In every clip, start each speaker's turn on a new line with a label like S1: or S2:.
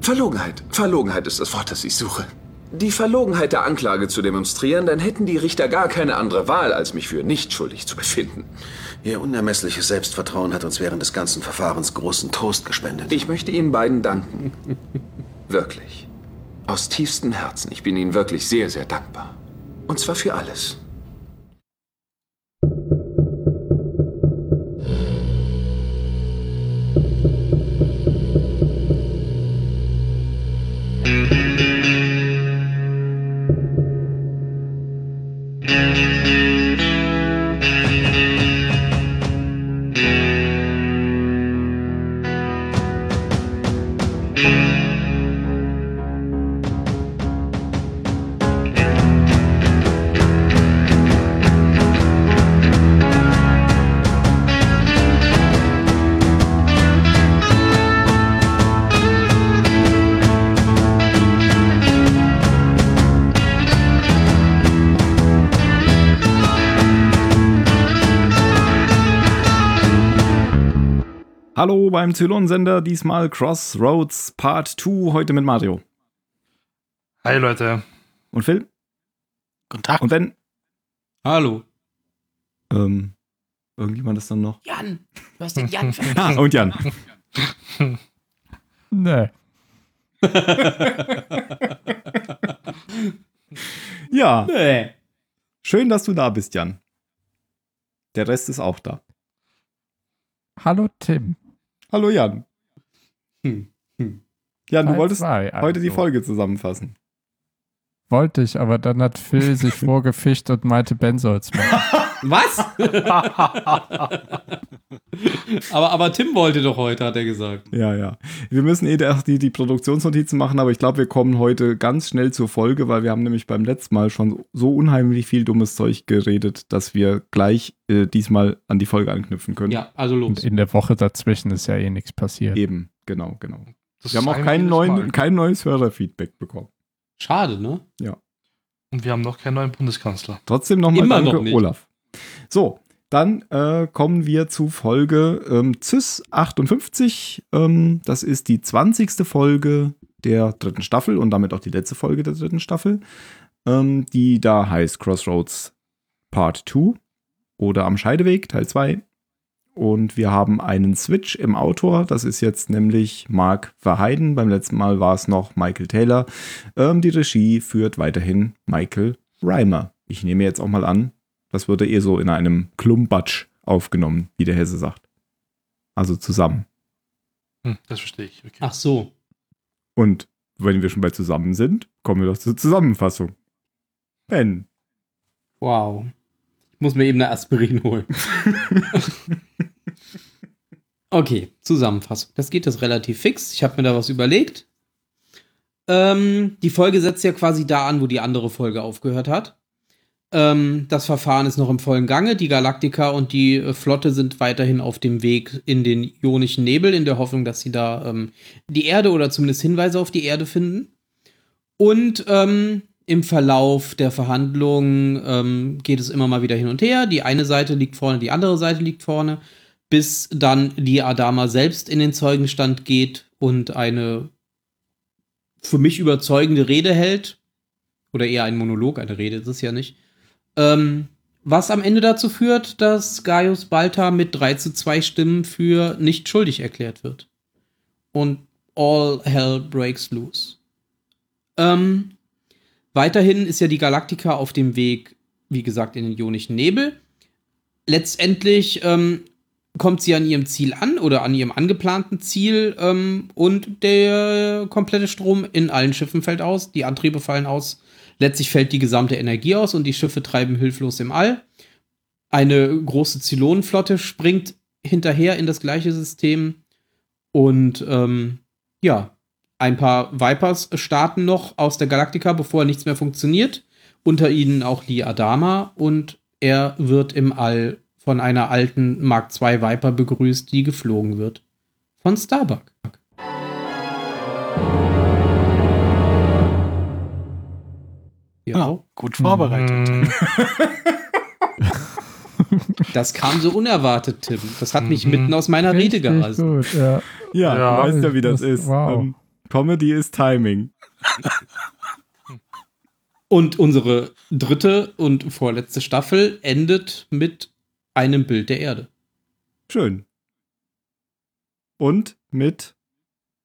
S1: Verlogenheit. Verlogenheit ist das Wort, das ich suche. Die Verlogenheit der Anklage zu demonstrieren, dann hätten die Richter gar keine andere Wahl, als mich für nicht schuldig zu befinden.
S2: Ihr unermessliches Selbstvertrauen hat uns während des ganzen Verfahrens großen Trost gespendet.
S1: Ich möchte Ihnen beiden danken. Wirklich. Aus tiefstem Herzen. Ich bin Ihnen wirklich sehr, sehr dankbar. Und zwar für alles.
S3: Hallo beim Zylon-Sender, diesmal Crossroads Part 2, heute mit Mario.
S4: Hi Leute.
S3: Und Phil?
S5: Guten Tag.
S3: Und Ben?
S6: Hallo.
S3: Ähm, irgendjemand ist dann noch?
S5: Jan. Du hast den Jan
S3: Ah,
S5: vergessen.
S3: und Jan.
S4: Nee.
S3: Ja,
S6: Nee.
S3: schön, dass du da bist, Jan. Der Rest ist auch da.
S7: Hallo Tim.
S3: Hallo Jan.
S6: Hm, hm.
S3: Jan, du
S7: Teil
S3: wolltest
S7: zwei,
S3: heute die
S7: also.
S3: Folge zusammenfassen.
S7: Wollte ich, aber dann hat Phil sich vorgefischt und meinte, Ben soll's machen.
S6: Was? aber, aber Tim wollte doch heute, hat er gesagt.
S3: Ja, ja. Wir müssen eh erst die, die Produktionsnotizen machen, aber ich glaube, wir kommen heute ganz schnell zur Folge, weil wir haben nämlich beim letzten Mal schon so unheimlich viel dummes Zeug geredet, dass wir gleich äh, diesmal an die Folge anknüpfen können.
S6: Ja, also
S7: Und
S6: los.
S7: in der Woche dazwischen ist ja eh nichts passiert.
S3: Eben, genau, genau.
S4: Das
S3: wir haben
S4: ist
S3: auch
S4: ein
S3: keinen
S4: jedes
S3: neuen,
S4: Mal.
S3: kein neues Hörerfeedback bekommen.
S6: Schade, ne?
S4: Und wir haben noch keinen neuen Bundeskanzler.
S3: Trotzdem nochmal
S6: Immer
S3: danke,
S6: noch nicht.
S3: Olaf. So, dann äh, kommen wir zu Folge ähm, CIS 58. Ähm, das ist die 20. Folge der dritten Staffel und damit auch die letzte Folge der dritten Staffel, ähm, die da heißt Crossroads Part 2 oder Am Scheideweg Teil 2. Und wir haben einen Switch im Autor. Das ist jetzt nämlich Mark Verheiden. Beim letzten Mal war es noch Michael Taylor. Ähm, die Regie führt weiterhin Michael Reimer. Ich nehme jetzt auch mal an, das wurde eher so in einem Klumbatsch aufgenommen, wie der Hesse sagt. Also zusammen.
S4: Hm, das verstehe ich. Okay.
S6: Ach so.
S3: Und wenn wir schon bei zusammen sind, kommen wir doch zur Zusammenfassung. Ben.
S6: Wow. Ich muss mir eben eine Aspirin holen. okay, Zusammenfassung. Das geht jetzt relativ fix. Ich habe mir da was überlegt. Ähm, die Folge setzt ja quasi da an, wo die andere Folge aufgehört hat. Ähm, das Verfahren ist noch im vollen Gange. Die Galaktika und die äh, Flotte sind weiterhin auf dem Weg in den ionischen Nebel, in der Hoffnung, dass sie da ähm, die Erde oder zumindest Hinweise auf die Erde finden. Und ähm, im Verlauf der Verhandlungen ähm, geht es immer mal wieder hin und her. Die eine Seite liegt vorne, die andere Seite liegt vorne, bis dann die Adama selbst in den Zeugenstand geht und eine für mich überzeugende Rede hält. Oder eher ein Monolog, eine Rede ist es ja nicht. Ähm, was am Ende dazu führt, dass Gaius Balta mit 3 zu 2 Stimmen für nicht schuldig erklärt wird. Und all hell breaks loose. Ähm, weiterhin ist ja die Galaktika auf dem Weg, wie gesagt, in den ionischen Nebel. Letztendlich ähm, kommt sie an ihrem Ziel an oder an ihrem angeplanten Ziel ähm, und der komplette Strom in allen Schiffen fällt aus, die Antriebe fallen aus, letztlich fällt die gesamte Energie aus und die Schiffe treiben hilflos im All. Eine große Zylonenflotte springt hinterher in das gleiche System und ähm, ja, ein paar Vipers starten noch aus der Galaktika, bevor nichts mehr funktioniert. Unter ihnen auch Lee Adama und er wird im All von einer alten Mark II Viper begrüßt, die geflogen wird. Von Starbuck. Ja,
S5: Genau, gut vorbereitet.
S4: Hm,
S6: das kam so unerwartet, Tim. Das hat mich
S4: Mhm.
S6: mitten aus meiner Rede
S7: Richtig
S6: gerissen.
S7: gut, ja.
S3: Ja,
S4: Ja,
S3: du weißt ja, wie das,
S7: das-
S3: ist.
S7: wow.
S3: Ähm, Comedy ist Timing.
S6: Und unsere dritte und vorletzte Staffel endet mit einem Bild der Erde.
S3: Schön. Und mit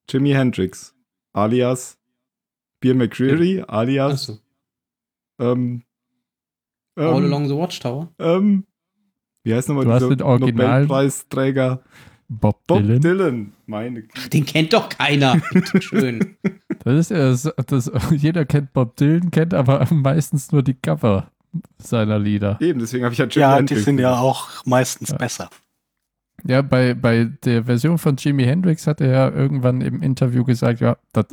S3: Jimi Hendrix, alias Beer McCreary, alias
S6: Achso.
S3: ähm,
S6: Also, All
S3: ähm,
S6: Along the Watchtower.
S3: ähm, wie heißt nochmal
S7: Du hast den Original-
S3: Nobelpreisträger
S7: Bob,
S3: Bob Dylan.
S7: Dylan.
S3: Meine Güte.
S6: Den kennt doch keiner. Schön.
S7: Das ist ja das, das, jeder kennt Bob Dylan, kennt aber meistens nur die Cover seiner Lieder.
S3: Eben, deswegen habe ich ja Jimi
S5: Ja, die
S3: Hendrix
S5: sind ja
S3: gesagt.
S5: auch meistens
S7: Ja.
S5: besser.
S7: Ja, bei, bei der Version von Jimi Hendrix hat er ja irgendwann im Interview gesagt, ja, das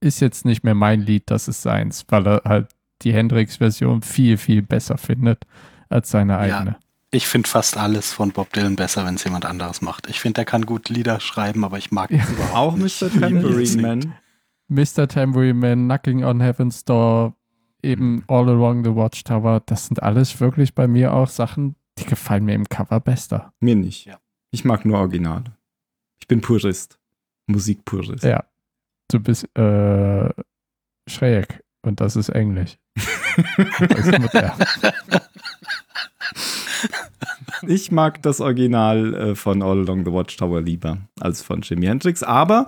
S7: ist jetzt nicht mehr mein Lied, das ist seins, weil er halt die Hendrix-Version viel, viel besser findet als seine eigene.
S5: Ich finde fast alles von Bob Dylan besser, wenn es jemand anderes macht. Ich finde, er kann gut Lieder schreiben, aber ich mag ihn
S7: Ja.
S5: überhaupt
S3: Auch
S5: nicht.
S3: Mr.
S5: wie er
S3: Tambourine
S5: singt.
S3: Man.
S7: Mr. Tambourine Man, Knocking on Heaven's Door, eben All Along the Watchtower, das sind alles wirklich bei mir auch Sachen, die gefallen mir im Cover besser.
S3: Mir nicht.
S5: Ja.
S3: Ich mag nur Originale. Ich bin Purist. Musikpurist.
S7: Ja. Du bist äh, schräg und das ist Englisch. das ist modern.
S3: Ich mag das Original äh, von All Along the Watchtower lieber als von Jimi Hendrix. Aber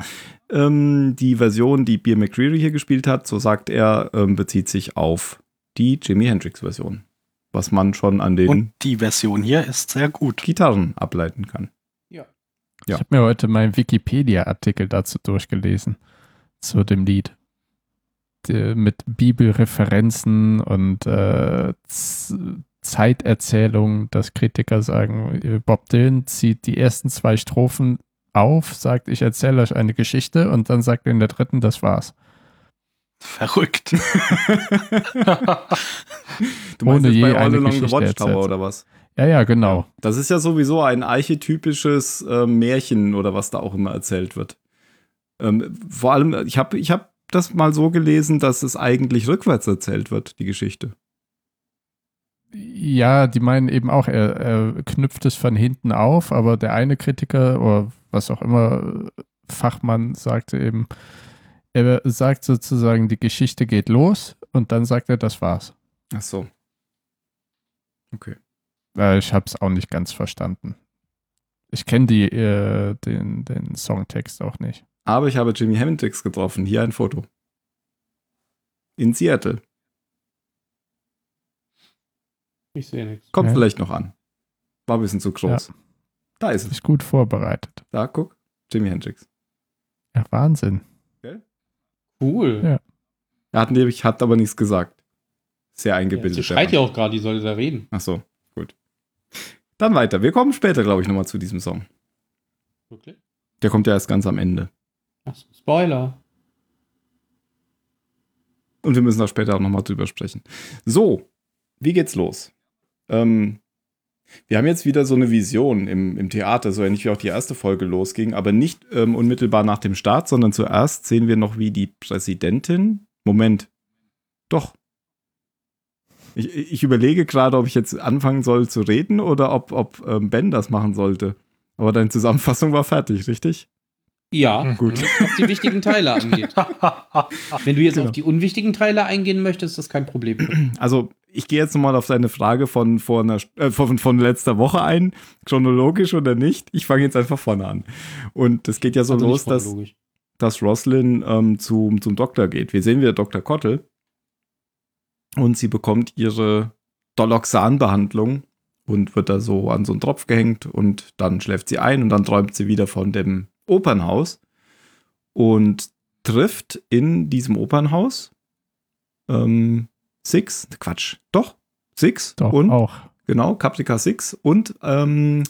S3: ähm, die Version, die Beer McCreary hier gespielt hat, so sagt er, ähm, bezieht sich auf die Jimi Hendrix-Version. Was man schon an den
S5: Und die Version hier ist sehr gut.
S3: Gitarren ableiten kann. Ja.
S7: Ich habe mir heute meinen Wikipedia-Artikel dazu durchgelesen, zu dem Lied. Der- Mit Bibelreferenzen und äh, Z- Zeiterzählungen, dass Kritiker sagen, äh, Bob Dylan zieht die ersten zwei Strophen auf, sagt, ich erzähle euch eine Geschichte und dann sagt er in der dritten, das war's.
S5: Verrückt.
S3: Du meinst
S7: Ohne
S3: jetzt
S7: je
S3: bei All
S7: eine
S3: Along the
S7: Geschichte
S3: Watchtower
S7: erzählt.
S3: oder was?
S7: Ja, ja, genau.
S3: Das ist ja sowieso ein archetypisches äh, Märchen oder was da auch immer erzählt wird. Ähm, vor allem, ich habe ich hab das mal so gelesen, dass es eigentlich rückwärts erzählt wird, die Geschichte.
S7: Ja, die meinen eben auch, er, er knüpft es von hinten auf, aber der eine Kritiker oder was auch immer äh, Fachmann sagte eben, er sagt sozusagen, die Geschichte geht los und dann sagt er, das war's.
S3: Ach so. Okay.
S7: Äh, Ich habe es auch nicht ganz verstanden. Ich kenne die äh, den, den Songtext auch nicht.
S3: Aber ich habe Jimi Hendrix getroffen. Hier ein Foto. In Seattle.
S6: Ich sehe nichts.
S3: Kommt
S7: Ja.
S3: vielleicht noch an. War ein bisschen zu groß.
S7: Ja.
S3: Da ist es.
S7: Ist gut vorbereitet.
S3: Da, guck. Jimi Hendrix.
S7: Ja, Wahnsinn.
S6: Cool.
S7: Ja.
S3: Er hat, nämlich- hat aber nichts gesagt. Sehr
S6: Ja,
S3: eingebildet.
S6: sie
S3: der
S6: schreit
S3: Mann.
S6: ja auch gerade, die soll da reden.
S3: Ach so, gut. Dann weiter. Wir kommen später, glaube ich, nochmal zu diesem Song.
S6: Wirklich?
S3: Der kommt ja erst ganz am Ende.
S6: Achso, Spoiler.
S3: Und wir müssen da später auch nochmal drüber sprechen. So, wie geht's los? Ähm, wir haben jetzt wieder so eine Vision im, im Theater, so ähnlich wie auch die erste Folge losging, aber nicht ähm, unmittelbar nach dem Start, sondern zuerst sehen wir noch, wie die Präsidentin. Moment. Doch. Ich, ich überlege gerade, ob ich jetzt anfangen soll zu reden oder ob, ob ähm, Ben das machen sollte. Aber deine Zusammenfassung war fertig, richtig?
S6: Ja,
S3: Gut.
S6: was die wichtigen Teile angeht. Wenn du jetzt
S3: Genau.
S6: auf die unwichtigen Teile eingehen möchtest, ist das kein Problem.
S3: Also, ich gehe jetzt nochmal auf deine Frage von, vor einer, St- äh, von, von letzter Woche ein, chronologisch oder nicht. Ich fange jetzt einfach vorne an. Und es geht ja so
S6: Also nicht
S3: los, dass,
S6: chronologisch.
S3: dass Roslyn ähm, zum, zum Doktor geht. Wir sehen wieder Dr. Kottel. Und sie bekommt ihre Doloxan-Behandlung und wird da so an so einen Tropf gehängt und dann schläft sie ein und dann träumt sie wieder von dem Opernhaus und trifft in diesem Opernhaus ähm, Six, Quatsch, doch, Six
S7: Doch,
S3: und
S7: auch.
S3: genau, Caprica Six und ähm,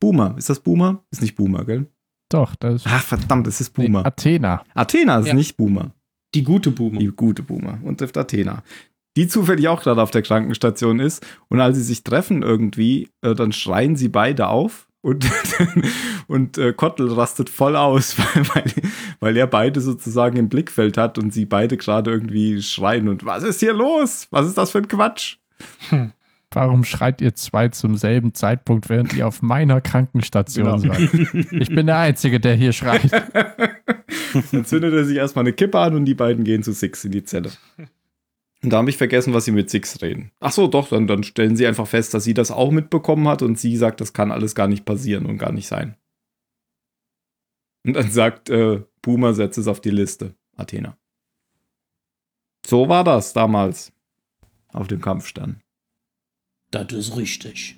S3: Boomer. Ist das Boomer? Ist nicht Boomer, gell?
S7: Doch, das ist
S3: Ach, verdammt, es ist
S7: nee,
S3: Boomer.
S7: Athena.
S3: Athena ist
S6: Ja.
S3: nicht Boomer,
S6: Die gute Boomer.
S3: die gute Boomer und trifft Athena, die zufällig auch gerade auf der Krankenstation ist. Und als sie sich treffen irgendwie, äh, dann schreien sie beide auf und, und äh, Kottel rastet voll aus, weil, weil, weil er beide sozusagen im Blickfeld hat und sie beide gerade irgendwie schreien und was ist hier los? Was ist das für ein Quatsch?
S7: Warum schreit ihr zwei zum selben Zeitpunkt, während ihr auf meiner Krankenstation
S3: Genau.
S7: seid? Ich bin der Einzige, der hier schreit.
S3: Dann zündet er sich erstmal eine Kippe an und die beiden gehen zu Six in die Zelle. Und da habe ich vergessen, was sie mit Six reden. Ach so, doch, dann, dann stellen sie einfach fest, dass sie das auch mitbekommen hat und sie sagt, das kann alles gar nicht passieren und gar nicht sein. Und dann sagt äh, Puma, setz es auf die Liste, Athena. So war das damals auf dem Kampfstern.
S6: Das ist richtig.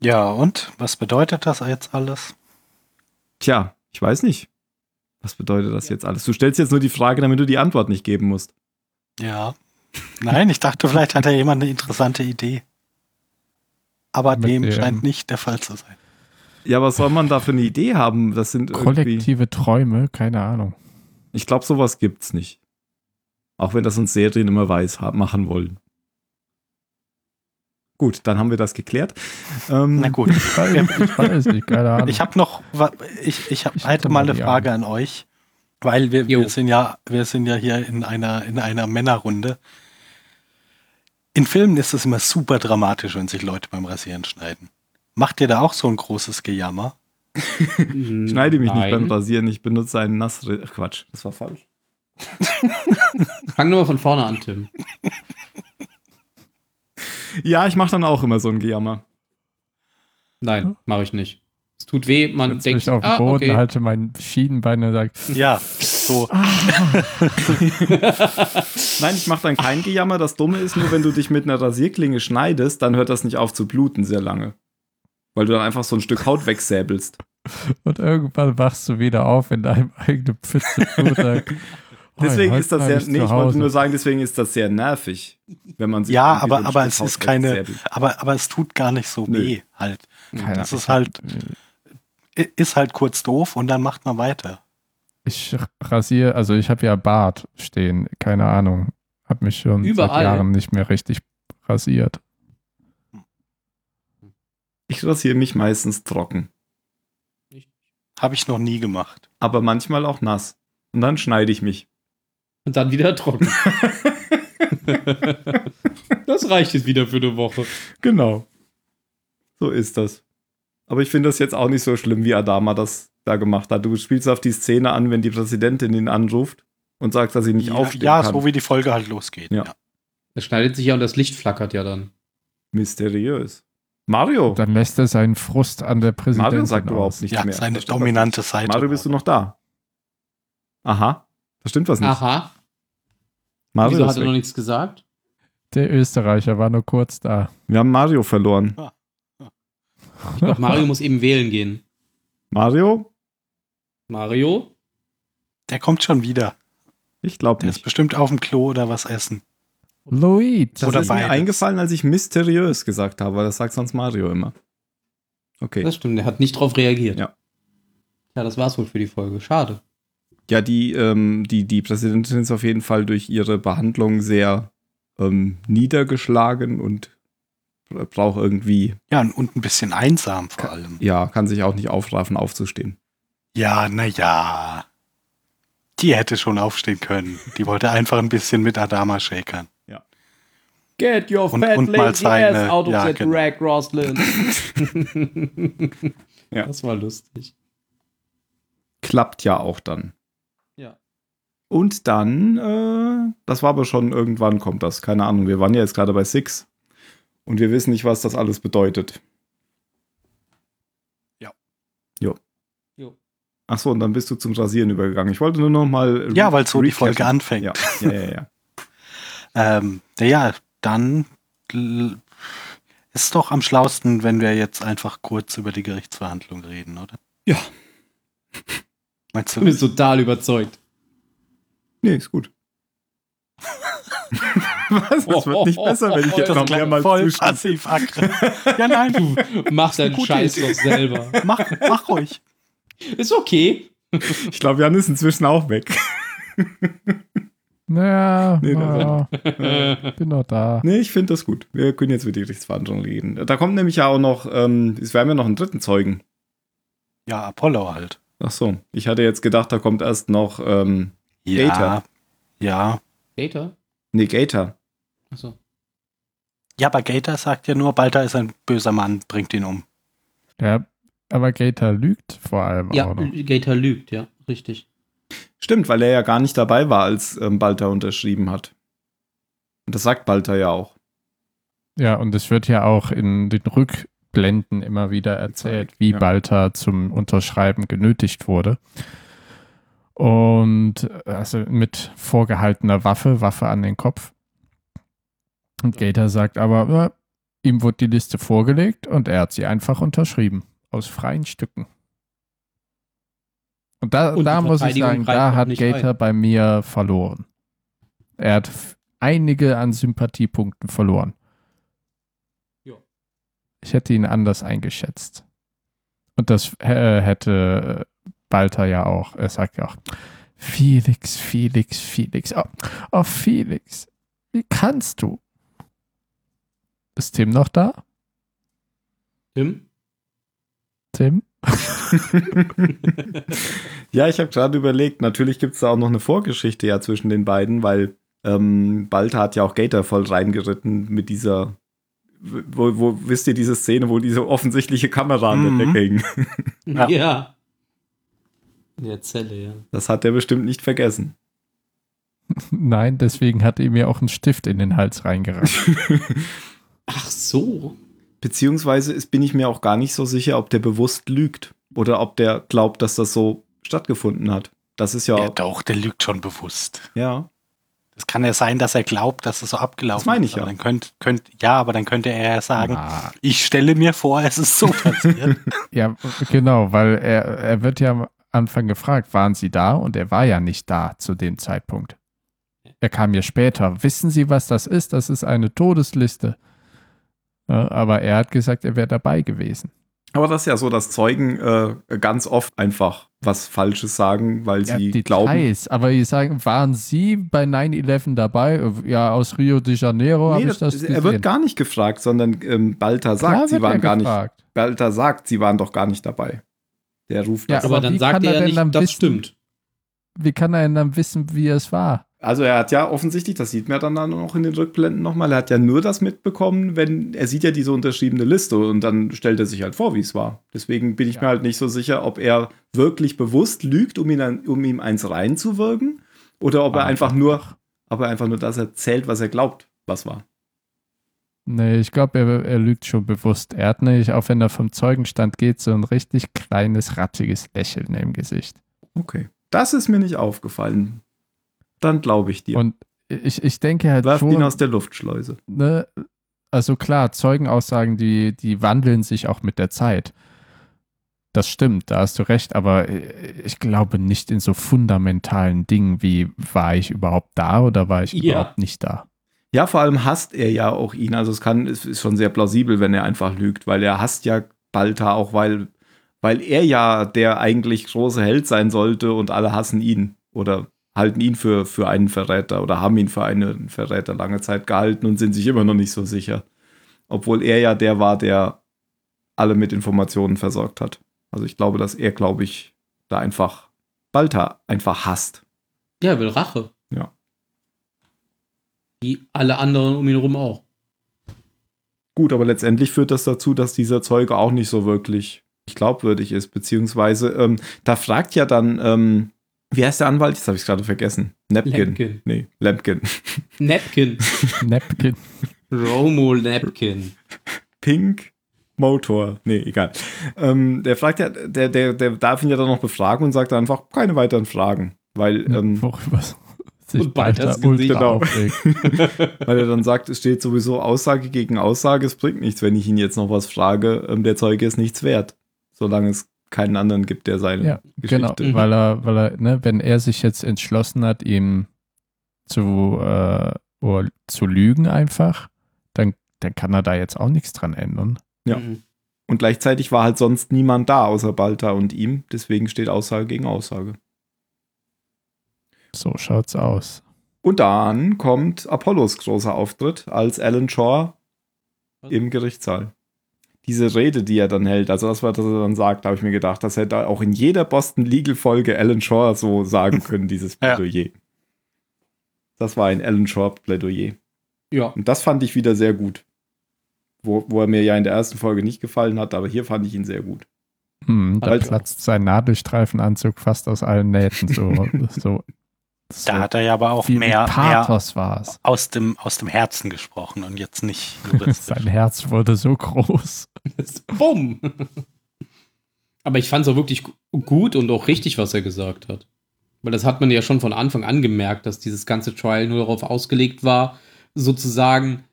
S5: Ja, und? Was bedeutet das jetzt alles?
S3: Tja, ich weiß nicht. Was bedeutet das jetzt alles? Du stellst jetzt nur die Frage, damit du die Antwort nicht geben musst.
S5: Ja. Nein, ich dachte, vielleicht hat ja jemand eine interessante Idee. Aber
S7: Mit
S5: dem
S7: dem-
S5: scheint nicht der Fall zu sein.
S3: Ja, was soll man da für eine Idee haben? Das sind irgendwie.
S7: Kollektive Träume, keine Ahnung.
S3: Ich glaube, sowas gibt's nicht. Auch wenn das uns Serien immer weiß ha- machen wollen. Gut, dann haben wir das geklärt. Ähm,
S5: Na gut.
S7: Ich weiß, ich weiß nicht, keine Ahnung.
S5: Ich habe noch, wa- ich, ich, hab,
S7: Ich
S5: hätte
S7: hatte
S5: mal
S7: mal
S5: eine
S7: die
S5: Frage an euch, weil wir,
S6: Jo.
S5: wir sind ja, wir sind ja hier in einer, in einer Männerrunde. In Filmen ist es immer super dramatisch, wenn sich Leute beim Rasieren schneiden. Macht ihr da auch so ein großes Gejammer?
S3: ich schneide mich nicht
S6: Nein.
S3: beim Rasieren, ich benutze einen Nassre. Ach, Quatsch, das war falsch.
S6: Fang nur mal von vorne an, Tim.
S3: Ja, ich mache dann auch immer so ein Gejammer.
S6: Nein, mache ich nicht. Es tut weh, man
S7: Setz
S6: denkt,
S7: mich auf den
S6: ah,
S7: Boden,
S6: okay.
S3: halt.
S7: halte mein Schienenbein und sage,
S5: Ja, so.
S3: Nein, ich mache dann kein Gejammer. Das Dumme ist nur, wenn du dich mit einer Rasierklinge schneidest, dann hört das nicht auf zu bluten sehr lange. Weil du dann einfach so ein Stück Haut wegsäbelst.
S7: und irgendwann wachst du wieder auf in deinem eigenen Pfütze. und sagst, "Oh,
S3: Deswegen
S7: heute
S3: ist das
S7: war
S3: sehr,
S7: ich
S3: nee,
S7: zu
S3: ich wollte
S7: Hause."
S3: nur sagen, deswegen ist das sehr nervig, wenn man sich
S5: Ja,
S3: irgendwie
S5: aber-
S3: ein
S5: aber
S3: Stück
S5: es
S3: Haut
S5: ist keine-
S3: wegsäbelt.
S5: Aber, aber es tut gar nicht so
S3: Nö.
S5: weh halt.
S7: Keine
S5: das
S7: Ahnung.
S5: ist halt, i- ist halt kurz doof und dann macht man weiter.
S7: Ich rasiere, also ich habe ja Bart stehen, keine Ahnung. Hab mich schon
S6: Überall.
S7: seit Jahren nicht mehr richtig rasiert.
S3: Ich rasiere mich meistens trocken,
S5: Habe ich noch nie gemacht.
S3: aber manchmal auch nass. Und dann schneide ich mich.
S6: Und dann wieder trocken. das reicht jetzt wieder für eine Woche.
S3: Genau. So ist das. Aber ich finde das jetzt auch nicht so schlimm, wie Adama das da gemacht hat. Du spielst auf die Szene an, wenn die Präsidentin ihn anruft und sagt, dass sie nicht
S5: ja,
S3: aufstehen
S5: ja
S3: kann.
S5: so wie die Folge halt losgeht.
S3: Ja.
S6: Das schneidet sich ja und das Licht flackert ja dann.
S3: Mysteriös. Mario.
S7: Dann lässt er seinen Frust an der Präsidentin
S3: Mario sagt überhaupt
S7: aus.
S3: nichts
S5: Ja,
S3: mehr.
S5: seine dominante Seite.
S3: Mario, bist du noch da? Aha. Da stimmt was nicht.
S6: Aha.
S3: Hm. Mario
S6: Wieso
S3: ist
S6: hat er noch
S3: weg.
S6: nichts gesagt?
S7: Der Österreicher war nur kurz da.
S3: Wir haben Mario verloren.
S6: Ich glaube, Mario muss eben wählen gehen.
S3: Mario?
S6: Mario?
S5: Der kommt schon wieder.
S3: Ich glaube
S5: Der ist
S3: nicht.
S5: bestimmt auf dem Klo oder was essen.
S7: Luigi.
S3: Das
S5: oder
S3: ist mir
S5: beides.
S3: eingefallen, als ich mysteriös gesagt habe, weil das sagt sonst Mario immer. Okay.
S6: Das stimmt, der hat nicht drauf reagiert.
S3: Ja.
S6: Ja, das war's wohl für die Folge. Schade.
S3: Ja, die, ähm, die, die Präsidentin ist auf jeden Fall durch ihre Behandlung sehr ähm, niedergeschlagen und braucht irgendwie,
S5: Ja, und ein bisschen einsam vor allem.
S3: ja, kann sich auch nicht aufraffen, aufzustehen.
S5: Ja, naja. Die hätte schon aufstehen können. Die wollte einfach ein bisschen mit Adama shakern.
S6: Get your
S5: Und- fat und mal lazy seine- ass out of ja, that genau.
S6: rack, Roslyn.
S3: Ja.
S6: Das war lustig.
S3: Klappt ja auch dann.
S6: Ja.
S3: Und dann, äh, das war aber schon irgendwann kommt das, keine Ahnung. Wir waren ja jetzt gerade bei Six und wir wissen nicht, was das alles bedeutet.
S5: Ja.
S3: Jo.
S6: Jo.
S3: Ach so, und dann bist du zum Rasieren übergegangen. Ich wollte nur noch mal.
S5: Ja, weil so die Folge
S3: recappen.
S5: anfängt.
S3: Ja, ja, ja, ja.
S5: Ähm, naja, dann l- ist doch am schlausten, wenn wir jetzt einfach kurz über die Gerichtsverhandlung reden, oder?
S3: Ja.
S5: Meinst
S6: Du
S5: du?
S6: bist total überzeugt.
S3: Nee, ist gut. Was? Das wird nicht besser, wenn
S5: Oh,
S3: ich jetzt
S6: Das
S3: noch
S5: klang
S3: mehrmals
S5: voll
S3: zustimme.
S5: passiv aggressiv. Ja, nein, du.
S6: Mach deinen
S5: Gute
S6: Scheiß
S5: Idee.
S6: doch selber.
S5: Mach, mach ruhig.
S6: Ist okay.
S3: Ich glaube, Jan ist inzwischen auch weg.
S7: Naja,
S3: Nee, das-
S7: naja, bin noch da.
S3: Nee, ich finde das gut. Wir können jetzt über die Gerichtsverhandlung reden. Da kommt nämlich ja auch noch, ähm, es werden ja noch einen dritten Zeugen.
S5: Ja, Apollo halt.
S3: Ach so, ich hatte jetzt gedacht, da kommt erst noch ähm,
S5: Ja.
S3: Data.
S5: Ja.
S6: Data?
S3: Negator.
S6: Achso.
S5: Ja, aber Gator sagt ja nur, Balta ist ein böser Mann, bringt ihn um.
S7: Ja, aber Gator lügt vor allem
S6: Ja,
S7: auch noch.
S6: Gator lügt, ja, richtig.
S3: Stimmt, weil er ja gar nicht dabei war, als ähm, Balter unterschrieben hat. Und das sagt Balter ja auch.
S7: Ja, und es wird ja auch in den Rückblenden immer wieder erzählt, wie
S3: ja.
S7: Balta zum Unterschreiben genötigt wurde. Und also mit vorgehaltener Waffe, Waffe an den Kopf. Und Gator sagt aber, äh, ihm wurde die Liste vorgelegt und er hat sie einfach unterschrieben. Aus freien Stücken. Und da,
S6: Und die
S7: da muss ich
S6: Verteidigung
S7: sagen,
S6: greift
S7: da
S6: noch
S7: hat
S6: nicht
S7: Gator bei mir verloren. Er hat f- einige an Sympathiepunkten verloren. Ich hätte ihn anders eingeschätzt. Und das äh, hätte Balter ja auch. Er sagt ja auch, Felix, Felix, Felix. Oh, oh Felix, wie kannst du? Ist Tim noch da?
S6: Tim?
S7: Tim?
S3: Ja, ich habe gerade überlegt, natürlich gibt es da auch noch eine Vorgeschichte ja zwischen den beiden, weil ähm, Balta hat ja auch Gator voll reingeritten mit dieser. Wo, wo wisst ihr diese Szene, wo diese offensichtliche Kamera an der
S5: Mhm.
S3: Decke hing?
S5: Ja.
S6: ja. In der Zelle, ja.
S3: Das hat er bestimmt nicht vergessen.
S7: Nein, deswegen hat er mir auch einen Stift in den Hals reingerannt.
S6: Ach so.
S3: Beziehungsweise ist, bin ich mir auch gar nicht so sicher, ob der bewusst lügt oder ob der glaubt, dass das so stattgefunden hat. Das ist ja.
S5: Ja, doch, der lügt schon bewusst.
S3: ja.
S5: Das kann ja sein, dass er glaubt, dass es so abgelaufen
S3: Das meine ich
S5: ist. Aber
S3: ja.
S5: Dann könnt, könnt, ja, aber dann könnte er ja sagen,
S7: Ah,
S5: ich stelle mir vor, es ist so passiert.
S7: ja, genau, weil er, er wird ja am Anfang gefragt, waren Sie da? Und er war ja nicht da zu dem Zeitpunkt. Er kam ja später. Wissen Sie, was das ist? Das ist eine Todesliste. Ja, aber er hat gesagt, er wäre dabei gewesen.
S3: Aber das ist ja so, dass Zeugen äh, ganz oft einfach was Falsches sagen, weil
S7: Ja,
S3: sie
S7: Details,
S3: glauben.
S7: aber ich sagen, waren Sie bei 9-11 dabei? Ja, aus Rio de Janeiro habe
S3: Nee,
S7: ich
S3: das,
S7: das gesehen.
S3: er wird gar nicht gefragt, sondern ähm, Balta
S7: Klar
S3: sagt, sie
S7: wird
S3: waren
S7: er
S3: gar nicht.
S7: gefragt.
S3: Balta sagt, sie waren doch gar nicht dabei. Der ruft
S7: Ja,
S3: das.
S6: Aber,
S7: Aber
S6: dann
S7: wie
S6: sagt
S7: kann
S6: er
S7: er
S6: ja
S7: denn
S6: nicht,
S7: dann
S6: das
S7: wissen?
S6: stimmt.
S7: Wie kann er denn dann wissen, wie es war?
S3: Also er hat ja offensichtlich, das sieht man ja dann dann auch in den Rückblenden nochmal, er hat ja nur das mitbekommen, wenn er sieht ja diese unterschriebene Liste und dann stellt er sich halt vor, wie es war. Deswegen bin ich
S7: Ja.
S3: mir halt nicht so sicher, ob er wirklich bewusst lügt, um, ihn an, um ihm eins reinzuwirken oder ob er
S7: Ah,
S3: einfach nur, ob er einfach nur das erzählt, was er glaubt, was war.
S7: Nee, ich glaube, er, er lügt schon bewusst. Er hat nämlich, auch wenn er vom Zeugenstand geht, so ein richtig kleines, rattiges Lächeln im Gesicht.
S3: Okay. Das ist mir nicht aufgefallen. Dann glaube ich dir.
S7: Und ich, ich denke halt
S3: Werft ihn
S7: schon,
S3: aus der Luftschleuse.
S7: ne, also klar, Zeugenaussagen, die, die wandeln sich auch mit der Zeit. Das stimmt, da hast du recht, aber äh, ich glaube nicht in so fundamentalen Dingen wie, war ich überhaupt da oder war ich
S6: Ja.
S7: überhaupt nicht da?
S3: Ja, vor allem hasst er ja auch ihn. Also es kann, es ist schon sehr plausibel, wenn er einfach lügt, weil er hasst ja Balta auch, weil, weil er ja der eigentlich große Held sein sollte und alle hassen ihn oder halten ihn für, für einen Verräter oder haben ihn für einen Verräter lange Zeit gehalten und sind sich immer noch nicht so sicher. Obwohl er ja der war, der alle mit Informationen versorgt hat. Also ich glaube, dass er, glaube ich, da einfach Balta einfach hasst.
S6: Ja, er will Rache.
S3: Ja.
S6: Wie alle anderen um ihn herum auch.
S3: Gut, aber letztendlich führt das dazu, dass dieser Zeuge auch nicht so wirklich glaubwürdig ist, beziehungsweise ähm, da fragt ja dann, ähm, wie heißt der Anwalt? Jetzt habe ich gerade vergessen. Napkin.
S6: Lampkin.
S3: Nee, Lampkin.
S6: Napkin.
S7: Napkin.
S6: Romo Napkin.
S3: Pink Motor. Nee, egal. Ähm, der fragt ja, der, der, der darf ihn ja dann noch befragen und sagt einfach keine weiteren Fragen. Weil, ähm,
S7: worüber sich
S6: Und Balthas
S7: Balthas ultra
S6: Gesicht.
S3: Genau.
S7: aufregt.
S3: weil er dann sagt, es steht sowieso Aussage gegen Aussage, es bringt nichts, wenn ich ihn jetzt noch was frage. Ähm, der Zeuge ist nichts wert, solange es keinen anderen gibt, der seine
S7: Ja, genau,
S3: Geschichte.
S7: weil er, weil er, ne, wenn er sich jetzt entschlossen hat, ihm zu, äh, oder zu lügen einfach, dann, dann kann er da jetzt auch nichts dran ändern.
S3: Ja.
S6: Mhm.
S3: Und gleichzeitig war halt sonst niemand da außer Balta und ihm. Deswegen steht Aussage gegen Aussage.
S7: So schaut's aus.
S3: Und dann kommt Apollos großer Auftritt als Alan Shaw im Gerichtssaal. Diese Rede, die er dann hält, also das, was er dann sagt, habe ich mir gedacht, das hätte auch in jeder Boston Legal Folge Alan Shaw so sagen können, dieses
S5: Ja.
S3: Plädoyer. Das war ein Alan Shaw Plädoyer.
S6: Ja.
S3: Und das fand ich wieder sehr gut. Wo, wo er mir ja in der ersten Folge nicht gefallen hat, aber hier fand ich ihn sehr gut.
S7: Hm, da
S3: Also-
S7: platzt sein Nadelstreifenanzug fast aus allen Nähten. So, so, so
S5: Da hat er ja aber auch
S7: viel
S5: mehr, mehr
S7: Pathos war es.
S5: aus, dem, aus dem Herzen gesprochen und jetzt nicht juristisch.
S7: Sein Herz wurde so groß.
S6: Bumm! Aber ich fand es auch wirklich gu- gut und auch richtig, was er gesagt hat. Weil das hat man ja schon von Anfang an gemerkt, dass dieses ganze Trial nur darauf ausgelegt war, sozusagen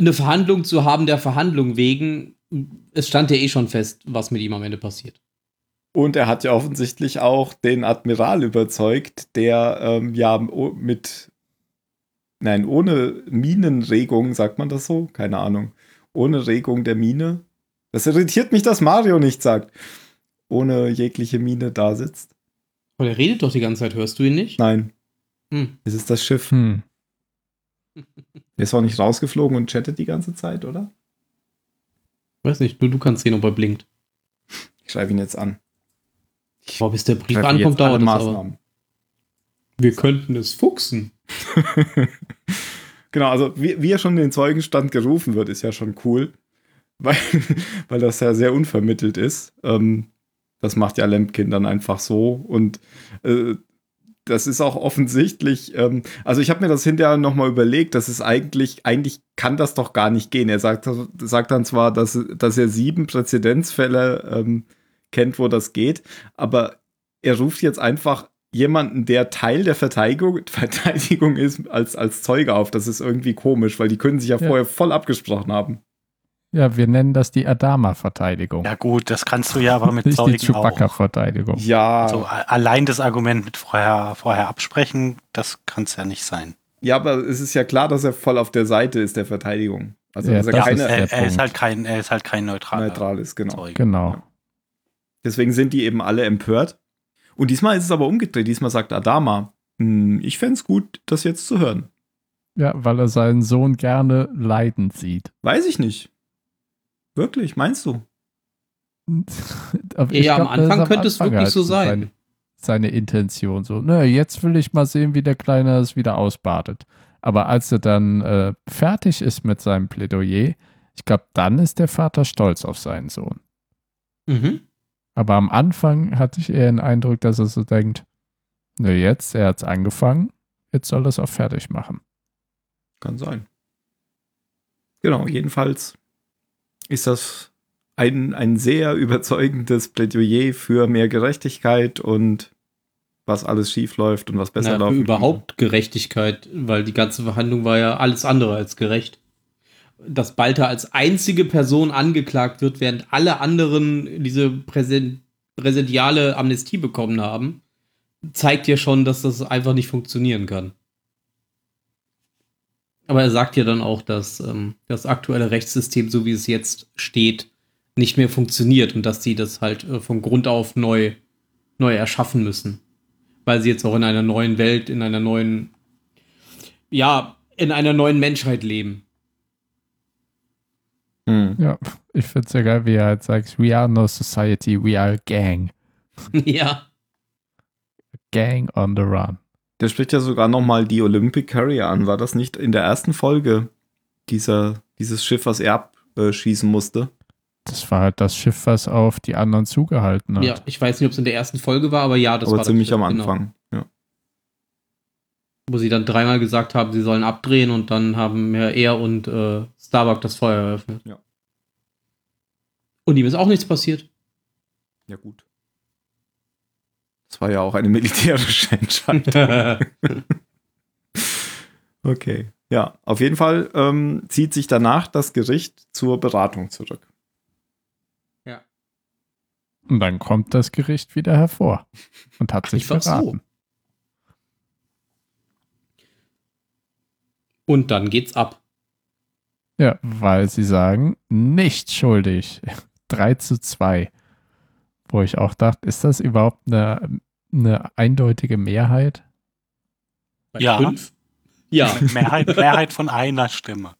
S6: eine Verhandlung zu haben der Verhandlung wegen. Es stand ja eh schon fest, was mit ihm am Ende passiert.
S3: Und er hat ja offensichtlich auch den Admiral überzeugt, der ähm, ja o- mit, nein, ohne Minenregung, sagt man das so? Keine Ahnung. Ohne Regung der Mine. Das irritiert mich, dass Mario nicht sagt. Ohne jegliche Mine da sitzt.
S6: Aber er redet doch die ganze Zeit, hörst du ihn nicht?
S3: Nein,
S6: Hm.
S3: es ist das Schiff.
S7: Hm.
S3: Der ist auch nicht rausgeflogen und chattet die ganze Zeit, oder?
S6: Weiß nicht, nur du kannst sehen, ob er blinkt.
S3: Ich schreibe ihn jetzt an.
S6: Boah, bis der Brief
S3: Treffe
S6: ankommt,
S3: jetzt alle
S6: dauert es aber.
S3: Maßnahmen.
S6: Wir könnten es fuchsen.
S3: Genau, also wie, wie er schon in den Zeugenstand gerufen wird, ist ja schon cool, weil, weil das ja sehr unvermittelt ist. Ähm, das macht ja Lempkin dann einfach so und äh, das ist auch offensichtlich, ähm, also ich habe mir das hinterher nochmal überlegt, das ist eigentlich, eigentlich kann das doch gar nicht gehen. Er sagt, sagt dann zwar, dass, dass er sieben Präzedenzfälle ähm, kennt, wo das geht, aber er ruft jetzt einfach jemanden, der Teil der Verteidigung, Verteidigung ist, als, als Zeuge auf. Das ist irgendwie komisch, weil die können sich ja,
S7: Ja.
S3: vorher voll abgesprochen haben.
S7: Ja, wir nennen das die Adama-Verteidigung.
S5: Ja gut, das kannst du ja aber mit
S7: nicht die
S5: Zeugen auch.
S7: Chewbacca-Verteidigung.
S3: Ja,
S5: Also a- allein das Argument mit vorher, vorher absprechen, das kann es ja nicht sein.
S3: ja, aber es ist ja klar, dass er voll auf der Seite ist der Verteidigung. Also
S7: Ja,
S3: dass er
S7: das
S3: keine
S7: ist
S5: er,
S7: der
S5: er ist
S7: Punkt.
S5: halt kein, er ist halt kein neutraler
S3: neutral ist, genau.
S5: Zeuge.
S7: Genau.
S3: Deswegen sind die eben alle empört. Und diesmal ist es aber umgedreht. Diesmal sagt Adama, "Hm, ich fände es gut, das jetzt zu hören.
S7: Ja, weil er seinen Sohn gerne leidend sieht.
S3: Weiß ich nicht. Wirklich, meinst du?
S7: Aber
S6: Ja,
S7: ich
S6: am
S7: glaub, das
S6: Anfang
S7: ist
S6: könnte es wirklich
S7: halt
S6: so sein.
S7: Seine, seine Intention so. Nö, jetzt will ich mal sehen, wie der Kleine es wieder ausbadet. Aber als er dann äh, fertig ist mit seinem Plädoyer, ich glaube, dann ist der Vater stolz auf seinen Sohn.
S6: Mhm.
S7: Aber am Anfang hatte ich eher den Eindruck, dass er so denkt, nö, jetzt, er hat's angefangen, jetzt soll er es auch fertig machen.
S3: Kann sein. Genau, jedenfalls ist das ein, ein sehr überzeugendes Plädoyer für mehr Gerechtigkeit und was alles schief läuft und was besser
S6: Na, für
S3: läuft.
S6: überhaupt Gerechtigkeit, weil die ganze Verhandlung war ja alles andere als gerecht. Dass Balta als einzige Person angeklagt wird, während alle anderen diese präsen- präsentiale Amnestie bekommen haben, zeigt ja schon, dass das einfach nicht funktionieren kann. Aber er sagt ja dann auch, dass ähm, das aktuelle Rechtssystem, so wie es jetzt steht, nicht mehr funktioniert und dass sie das halt äh, von Grund auf neu, neu erschaffen müssen weil sie jetzt auch in einer neuen Welt, in einer neuen, ja, in einer neuen Menschheit leben.
S3: Hm.
S7: Ja, ich finde es ja geil, wie er halt sagt, we are no society, we are a gang.
S6: ja.
S7: Gang on the run.
S3: Der spricht ja sogar nochmal die Olympic Carrier an. War das nicht in der ersten Folge dieser, dieses Schiff, was er abschießen musste?
S7: Das war halt das Schiff, was auf die anderen zugehalten hat.
S6: Ja, ich weiß nicht, ob es in der ersten Folge war, aber ja, das
S3: Aber
S6: war
S3: ziemlich
S6: das,
S3: am
S6: genau.
S3: Anfang. Ja.
S6: wo sie dann dreimal gesagt haben, sie sollen abdrehen und dann haben ja er und äh, Starbuck das Feuer eröffnet.
S3: Ja.
S6: Und ihm ist auch nichts passiert.
S3: ja, gut. Das war ja auch eine militärische Entscheidung. Okay. Ja, auf jeden Fall ähm, zieht sich danach das Gericht zur Beratung zurück.
S7: Und dann kommt das Gericht wieder hervor und hat sich
S6: Einfach so.
S7: beraten.
S6: und dann geht's ab.
S7: Ja, weil sie sagen, nicht schuldig. 3 zu 2. Wo ich auch dachte, ist das überhaupt eine, eine eindeutige Mehrheit?
S6: Bei
S5: Ja.
S6: fünf? Ja.
S5: Mehrheit, Mehrheit von einer Stimme.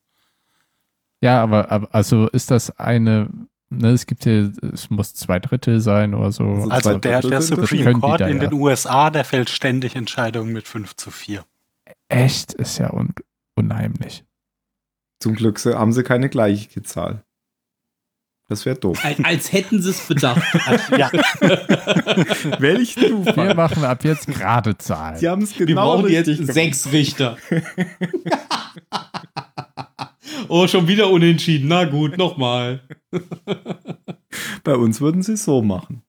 S7: Ja, aber, aber also ist das eine, ne, es gibt hier, es muss zwei Drittel sein oder so.
S3: Also
S5: Also
S3: Zwei
S5: der,
S3: Drittel
S5: der
S3: sind das?
S5: Supreme
S7: Können die
S5: Court
S7: da
S5: in
S7: ja.
S5: den USA, der fällt ständig Entscheidungen mit 5 zu 4.
S7: echt ist ja un unheimlich.
S3: Zum Glück se- haben sie keine gleiche Zahl. Das wäre doof.
S6: Al- Als hätten sie es bedacht.
S5: Ja,
S3: Welch
S7: Wir
S3: Zufall.
S7: machen ab jetzt gerade Zahlen.
S3: Sie haben es
S6: Wir
S3: genau
S6: brauchen jetzt
S3: richtig
S6: sechs Richter. oh, schon wieder unentschieden. Na gut, nochmal.
S3: Bei uns würden sie es so machen.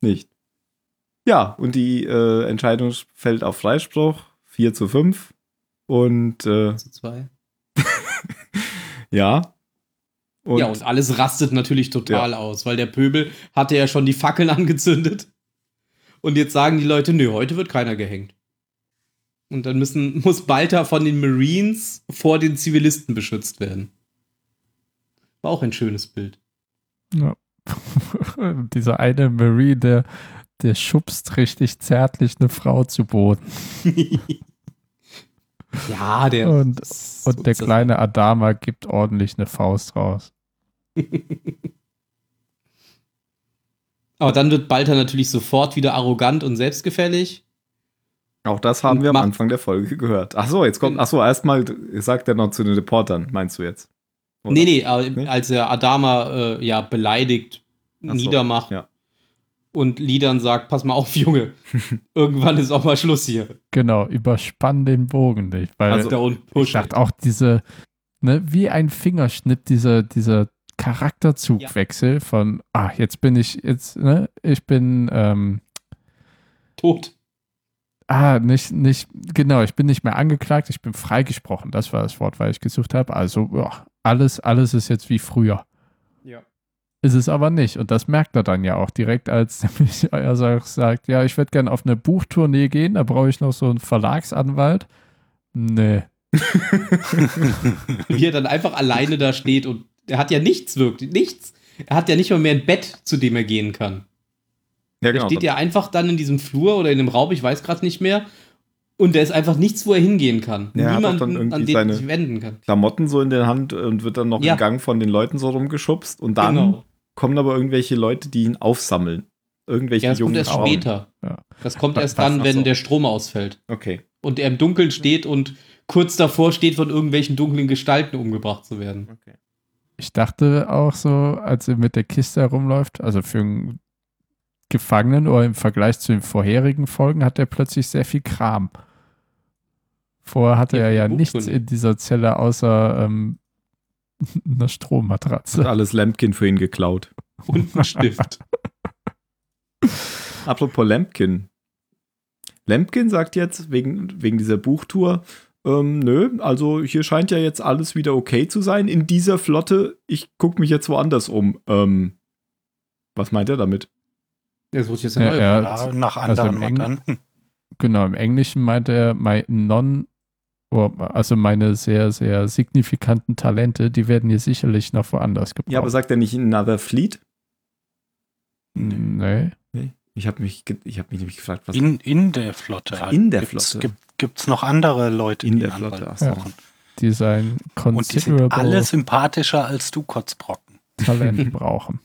S3: Nicht. Ja, und die äh, Entscheidung fällt auf Freispruch. 4 zu 5. Und äh,
S6: Zu zwei.
S3: ja. Und,
S6: ja, und alles rastet natürlich total aus, weil der Pöbel hatte ja schon die Fackeln angezündet. Und jetzt sagen die Leute, nö, heute wird keiner gehängt. Und dann müssen, muss Balta von den Marines vor den Zivilisten beschützt werden. War auch ein schönes Bild.
S7: Dieser eine Marie, der, der schubst richtig zärtlich eine Frau zu Boden.
S6: ja, der.
S7: Und-
S6: so
S7: Und der
S6: zerfällt.
S7: kleine Adama gibt ordentlich eine Faust raus.
S6: Aber dann wird Balta natürlich sofort wieder arrogant und selbstgefällig.
S3: Auch das haben wir am
S6: Mach-
S3: Anfang der Folge gehört. Ach so, jetzt kommt.
S6: Genau.
S3: Ach so, erstmal sagt er noch zu den Reportern, meinst du jetzt? Oder?
S6: Nee, nee, aber
S3: Nee?
S6: als er Adama äh, ja beleidigt,
S3: Ach so,
S6: niedermacht
S3: ja.
S6: und Lidan sagt, pass mal auf, Junge, irgendwann ist auch mal Schluss hier.
S7: Genau, überspann den Bogen nicht. Weil
S3: Also,
S6: da und
S7: ich
S6: pushen.
S7: dachte auch diese, ne, wie ein Fingerschnipp, dieser, dieser Charakterzugwechsel von, ah, jetzt bin ich, jetzt, ne, ich bin, ähm,
S6: Tot.
S7: Ah, nicht, nicht, genau, ich bin nicht mehr angeklagt, ich bin freigesprochen. Das war das Wort, weil ich gesucht habe. Also, ja, alles, alles ist jetzt wie früher.
S6: Ja.
S7: Ist es aber nicht. Und das merkt er dann ja auch direkt, als nämlich er sagt- sagt, ja, ich würde gerne auf eine Buchtournee gehen, da brauche ich noch so einen Verlagsanwalt. Nee.
S6: Wie er dann einfach alleine da steht und er hat ja nichts wirklich, nichts. Er hat ja nicht mal mehr ein Bett, zu dem er gehen kann.
S3: Ja,
S6: Er
S3: genau.
S6: steht ja einfach dann in diesem Flur oder in dem Raum, ich weiß gerade nicht mehr. Und da ist einfach nichts, wo er hingehen kann.
S3: Ja, er hat doch dann
S6: Niemanden,
S3: irgendwie
S6: an den er
S3: seine-
S6: sich wenden kann.
S3: Klamotten so in der Hand und wird dann noch
S6: Ja. Genau.
S3: im Gang von den Leuten so rumgeschubst. Und dann kommen aber irgendwelche Leute, die ihn aufsammeln. Irgendwelche
S6: Ja, das kommt
S3: jungen
S6: erst
S3: Frauen.
S6: später.
S7: Ja.
S6: Das kommt
S7: Was-
S6: erst
S7: was
S6: dann,
S7: noch
S6: wenn
S7: so?
S6: der Strom ausfällt
S3: Okay.
S6: und er im Dunkeln steht und kurz davor steht, von irgendwelchen dunklen Gestalten umgebracht zu werden.
S3: okay.
S7: Ich dachte auch so, als er mit der Kiste herumläuft, also für einen Gefangenen oder im Vergleich zu den vorherigen Folgen, hat er plötzlich sehr viel Kram. Vorher hatte
S6: Ja,
S7: er ja
S6: Buch
S7: nichts
S6: schon.
S7: in dieser Zelle außer ähm, einer
S3: Hat
S7: Strommatratze.
S3: alles Lampkin für ihn geklaut.
S6: Und ein Stift.
S3: Apropos Lampkin. Lampkin sagt jetzt wegen, wegen dieser Buchtour, ähm, nö, also hier scheint ja jetzt alles wieder okay zu sein in dieser Flotte. Ich gucke mich jetzt woanders um. Ähm, was meint er damit?
S6: Das muss ich jetzt
S7: Ja,
S6: neu.
S7: er,
S5: Ja, nach
S7: also
S5: anderen
S7: im Engl-
S5: Mandanten.
S7: Genau, im Englischen meinte er, my non, oh, also meine sehr, sehr signifikanten Talente, die werden hier sicherlich noch woanders gebraucht.
S3: Ja, aber sagt er nicht another fleet?
S7: nee.
S3: Hm, Ich habe mich, ge- ich hab mich nämlich gefragt, was
S5: In, in der Flotte. halt.
S3: In der
S5: gibt's,
S3: Flotte.
S5: Gibt, gibt's noch andere Leute,
S3: in
S5: die
S3: der
S5: einen Anwalt
S3: Flotte. Ach so.
S7: Ja. die sein
S5: Und die sind alle
S7: considerable
S5: sympathischer als du, Kotzbrocken.
S7: Talent brauchen.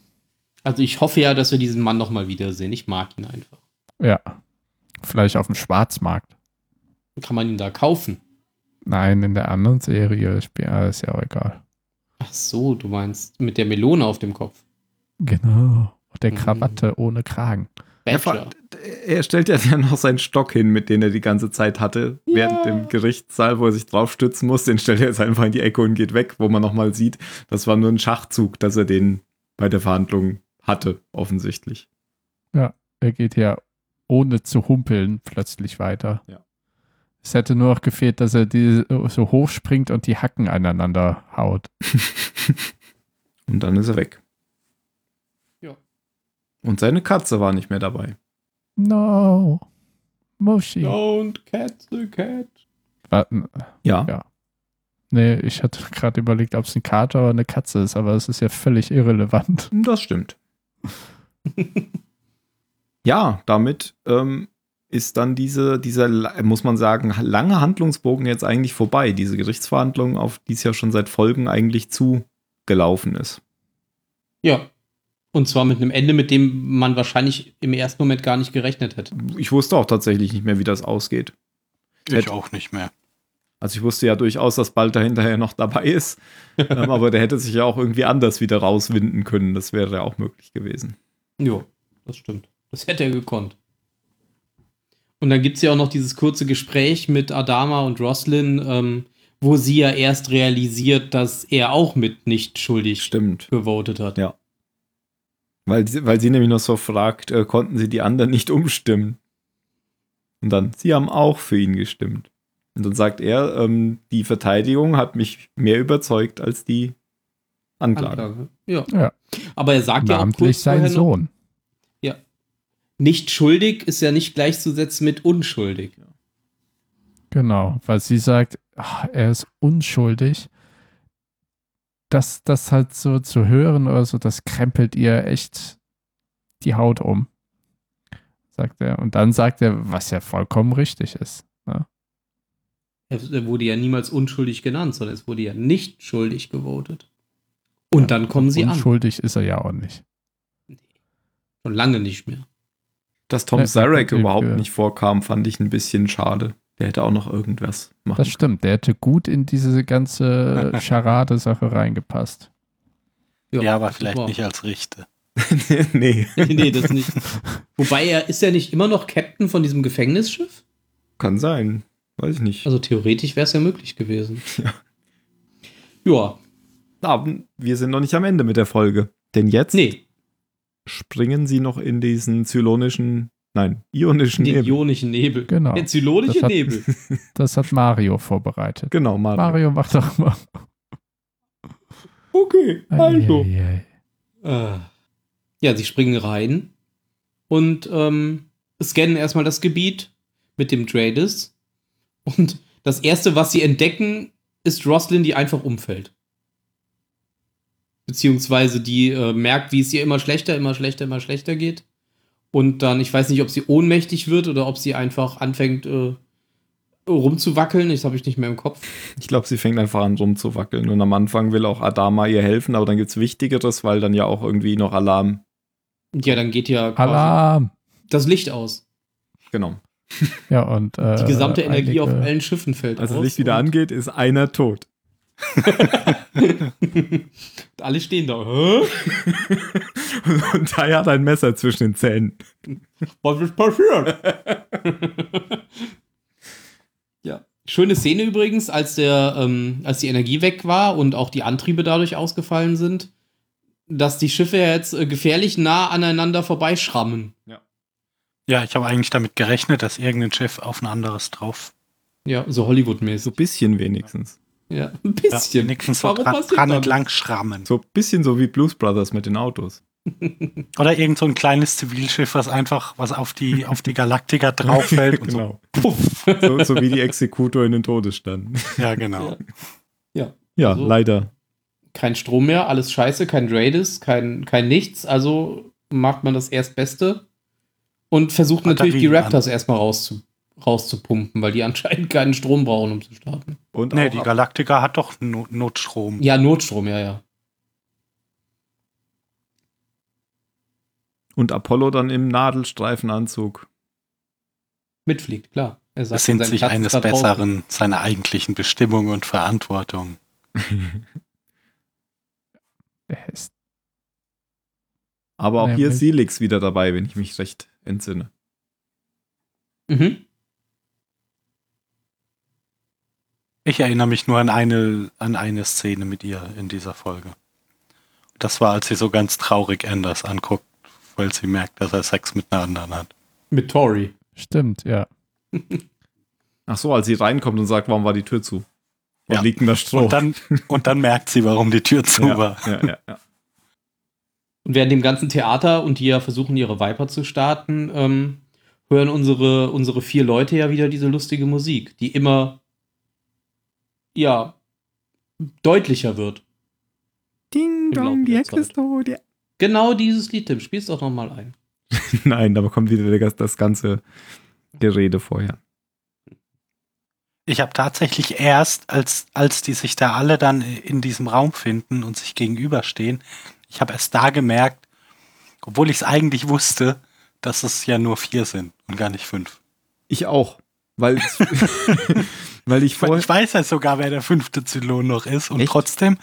S6: Also ich hoffe ja, dass wir diesen Mann nochmal wiedersehen. Ich mag ihn einfach.
S7: Ja. Vielleicht auf dem Schwarzmarkt.
S6: Kann man ihn da kaufen?
S7: Nein, in der anderen Serie. Ich bin- ah, Ist ja auch egal.
S6: Ach so, du meinst mit der Melone auf dem Kopf.
S7: Genau. Und der
S6: Mhm.
S7: Krawatte ohne Kragen.
S3: Ja, vor-
S6: Bachelor.
S3: er stellt ja dann noch seinen Stock hin, mit dem er die ganze Zeit hatte,
S6: Ja.
S3: während dem Gerichtssaal, wo er sich drauf stützen muss. Den stellt er jetzt einfach in die Ecke und geht weg, wo man nochmal sieht, das war nur ein Schachzug, dass er den bei der Verhandlung hatte, offensichtlich.
S7: Er geht ja ohne zu humpeln plötzlich weiter.
S3: Ja.
S7: Es hätte nur noch gefehlt, dass er die so hoch springt und die Hacken aneinander haut.
S3: und dann ist er weg.
S6: Ja.
S3: Und seine Katze war nicht mehr dabei.
S7: No. Muschi.
S6: Don't cat the cat.
S7: Warten.
S3: Ja.
S7: Ja. Nee, ich hatte gerade überlegt, ob es ein Kater oder eine Katze ist, aber es ist ja völlig irrelevant.
S3: Das stimmt. ja, damit ähm, ist dann diese, dieser, la- muss man sagen, lange Handlungsbogen jetzt eigentlich vorbei. Diese Gerichtsverhandlung, auf die es ja schon seit Folgen eigentlich zugelaufen ist.
S6: Ja. Und zwar mit einem Ende, mit dem man wahrscheinlich im ersten Moment gar nicht gerechnet hätte.
S3: Ich wusste auch tatsächlich nicht mehr, wie das ausgeht.
S5: Ich
S3: Hätte-
S5: auch nicht mehr.
S3: Also ich wusste ja durchaus, dass Balter hinterher noch dabei ist, ähm, aber der hätte sich ja auch irgendwie anders wieder rauswinden können. Das wäre ja auch möglich gewesen.
S6: Jo, das stimmt. Das hätte er gekonnt. Und dann gibt es ja auch noch dieses kurze Gespräch mit Adama und Roslin, ähm, wo sie ja erst realisiert, dass er auch mit nicht schuldig
S3: Stimmt.
S6: gewotet hat.
S3: Ja. Weil, sie- weil sie nämlich noch so fragt, äh, konnten sie die anderen nicht umstimmen? Und dann, sie haben auch für ihn gestimmt. Und dann sagt er, ähm, die Verteidigung hat mich mehr überzeugt als die Anklage.
S6: Anklage. Ja.
S7: Ja.
S6: Aber er sagt ja auch
S7: namentlich
S6: kurz
S7: sein
S6: vorher noch,
S7: Sohn.
S6: nicht schuldig ist ja nicht gleichzusetzen mit unschuldig.
S7: Genau, weil sie sagt, ach, er ist unschuldig. Das, das halt so zu hören oder so, das krempelt ihr echt die Haut um, sagt er. Und dann sagt er, was ja vollkommen richtig ist.
S6: Er er wurde ja niemals unschuldig genannt, sondern es wurde ja nicht schuldig gewotet. Und dann kommen sie an.
S7: Unschuldig ist er ja auch nicht.
S6: Schon lange nicht mehr.
S3: Dass Tom
S7: Ja,
S3: Zarek
S7: definitiv,
S3: überhaupt
S7: ja.
S3: nicht vorkam, fand ich ein bisschen schade. Der hätte auch noch irgendwas machen
S7: Das stimmt, der hätte gut in diese ganze Charade-Sache reingepasst.
S5: Ja, aber vielleicht
S6: Wow.
S5: nicht als Richter.
S3: können. nee,
S6: nee, das nicht. Wobei er ist ja nicht immer noch Captain von diesem Gefängnisschiff.
S3: kann sein. Weiß ich nicht.
S6: Also theoretisch wäre es ja möglich gewesen. Ja.
S3: Aber wir sind noch nicht am Ende mit der Folge. Denn jetzt
S6: Nee,
S3: springen sie noch in diesen zylonischen, nein, ionischen
S6: den
S3: Nebel.
S6: ionischen Nebel.
S7: Genau.
S6: Der zylonische
S7: Das hat-
S6: Nebel.
S7: Das hat Mario vorbereitet.
S3: Genau, Mario.
S7: Mario macht doch mal.
S6: Okay, also.
S7: Eieiei.
S6: Äh. Ja, sie springen rein und ähm, scannen erstmal das Gebiet mit dem Dreadis. Und das erste, was sie entdecken, ist Roslyn, die einfach umfällt. Beziehungsweise die äh, merkt, wie es ihr immer schlechter, immer schlechter, immer schlechter geht. Und dann, ich weiß nicht, ob sie ohnmächtig wird oder ob sie einfach anfängt äh, rumzuwackeln. Das habe ich nicht mehr im Kopf.
S3: Ich glaube, sie fängt einfach an rumzuwackeln. Und am Anfang will auch Adama ihr helfen, aber dann gibt es Wichtigeres, weil dann ja auch irgendwie noch Alarm.
S6: Und ja, dann geht ja quasi
S7: Alarm!
S6: das Licht aus.
S3: Genau.
S7: Ja, und. Äh,
S6: Die gesamte Energie auf
S7: einige-
S6: allen Schiffen fällt
S3: Als äh,
S6: aus.
S3: also das Licht wieder
S6: und-
S3: angeht, ist einer tot.
S6: Und Alle stehen da. Hä?
S3: Und Tai hat ein Messer zwischen den Zähnen.
S6: Was ist passiert? ja. Schöne Szene übrigens, als, der, ähm, als die Energie weg war und auch die Antriebe dadurch ausgefallen sind, dass die Schiffe jetzt äh, gefährlich nah aneinander vorbeischrammen.
S5: Ja, ich habe eigentlich damit gerechnet, dass irgendein Chef auf ein anderes drauf.
S6: Ja, so Hollywood-mäßig.
S3: So ein bisschen wenigstens.
S6: Ja, ein
S5: Ja,
S6: bisschen.
S5: wenigstens so dran,
S6: passiert
S5: dran
S6: das?
S5: entlang schrammen.
S3: So ein bisschen so wie Blues Brothers mit den Autos.
S5: Oder irgend so ein kleines Zivilschiff, was einfach was auf die, auf die Galaktiker drauffällt. und
S3: genau.
S5: so, puff.
S3: So, so wie die Exekutor in den Todesstand.
S5: Ja, genau.
S3: Ja,
S6: So.
S3: leider.
S6: kein Strom mehr, alles scheiße, kein Dreadis, kein, kein nichts. Also macht man das Erstbeste und versucht natürlich die
S5: Batterien an.
S6: Raptors erstmal rauszu, rauszupumpen, weil die anscheinend keinen Strom brauchen, um zu starten.
S3: Und
S5: Nee,
S3: auch
S5: die Galaktiker hat doch No- Notstrom.
S6: Ja, Notstrom, ja, ja.
S3: Und Apollo dann im Nadelstreifenanzug.
S6: Mitfliegt, klar. Er sagt,
S5: Es sind
S6: seinen
S5: sich
S6: Platz
S5: eines
S6: da draußen.
S5: Besseren, seiner eigentlichen Bestimmung und Verantwortung.
S7: Er ist
S3: Aber auch
S7: Nee,
S3: hier
S7: weil-
S3: ist Silix wieder dabei, wenn ich mich recht entsinne.
S6: Mhm.
S5: Ich erinnere mich nur an eine, an eine Szene mit ihr in dieser Folge. Das war, als sie so ganz traurig Anders anguckt, weil sie merkt, dass er Sex mit einer anderen hat.
S6: Mit Tori.
S7: Stimmt, ja.
S3: Ach so, als sie reinkommt und sagt, warum war die Tür zu? Und
S5: Ja.
S3: liegt denn da Stroh?
S5: Und dann, und dann merkt sie, warum die Tür zu
S3: ja,
S5: war.
S3: ja, ja, ja.
S6: Und während dem ganzen Theater und die ja versuchen, ihre Viper zu starten, ähm, hören unsere, unsere vier Leute ja wieder diese lustige Musik, die immer, ja, deutlicher wird.
S3: Ding
S6: Im Laufe dong, die der Ecke Zeit. ist
S3: tot.
S6: halt. Genau dieses Lied, Tim. Spiel's doch nochmal ein.
S3: Nein, da kommt wieder der, Gast- das ganze Gerede vorher.
S5: Ich habe tatsächlich erst, als, als die sich da alle dann in diesem Raum finden und sich gegenüberstehen, ich habe erst da gemerkt, obwohl ich es eigentlich wusste, dass es ja nur vier sind und gar nicht fünf.
S3: Ich auch. Weil, Weil ich
S5: Ich,
S3: vorher,
S5: ich weiß ja sogar, wer der fünfte Zylon noch ist und
S3: Echt?
S5: trotzdem.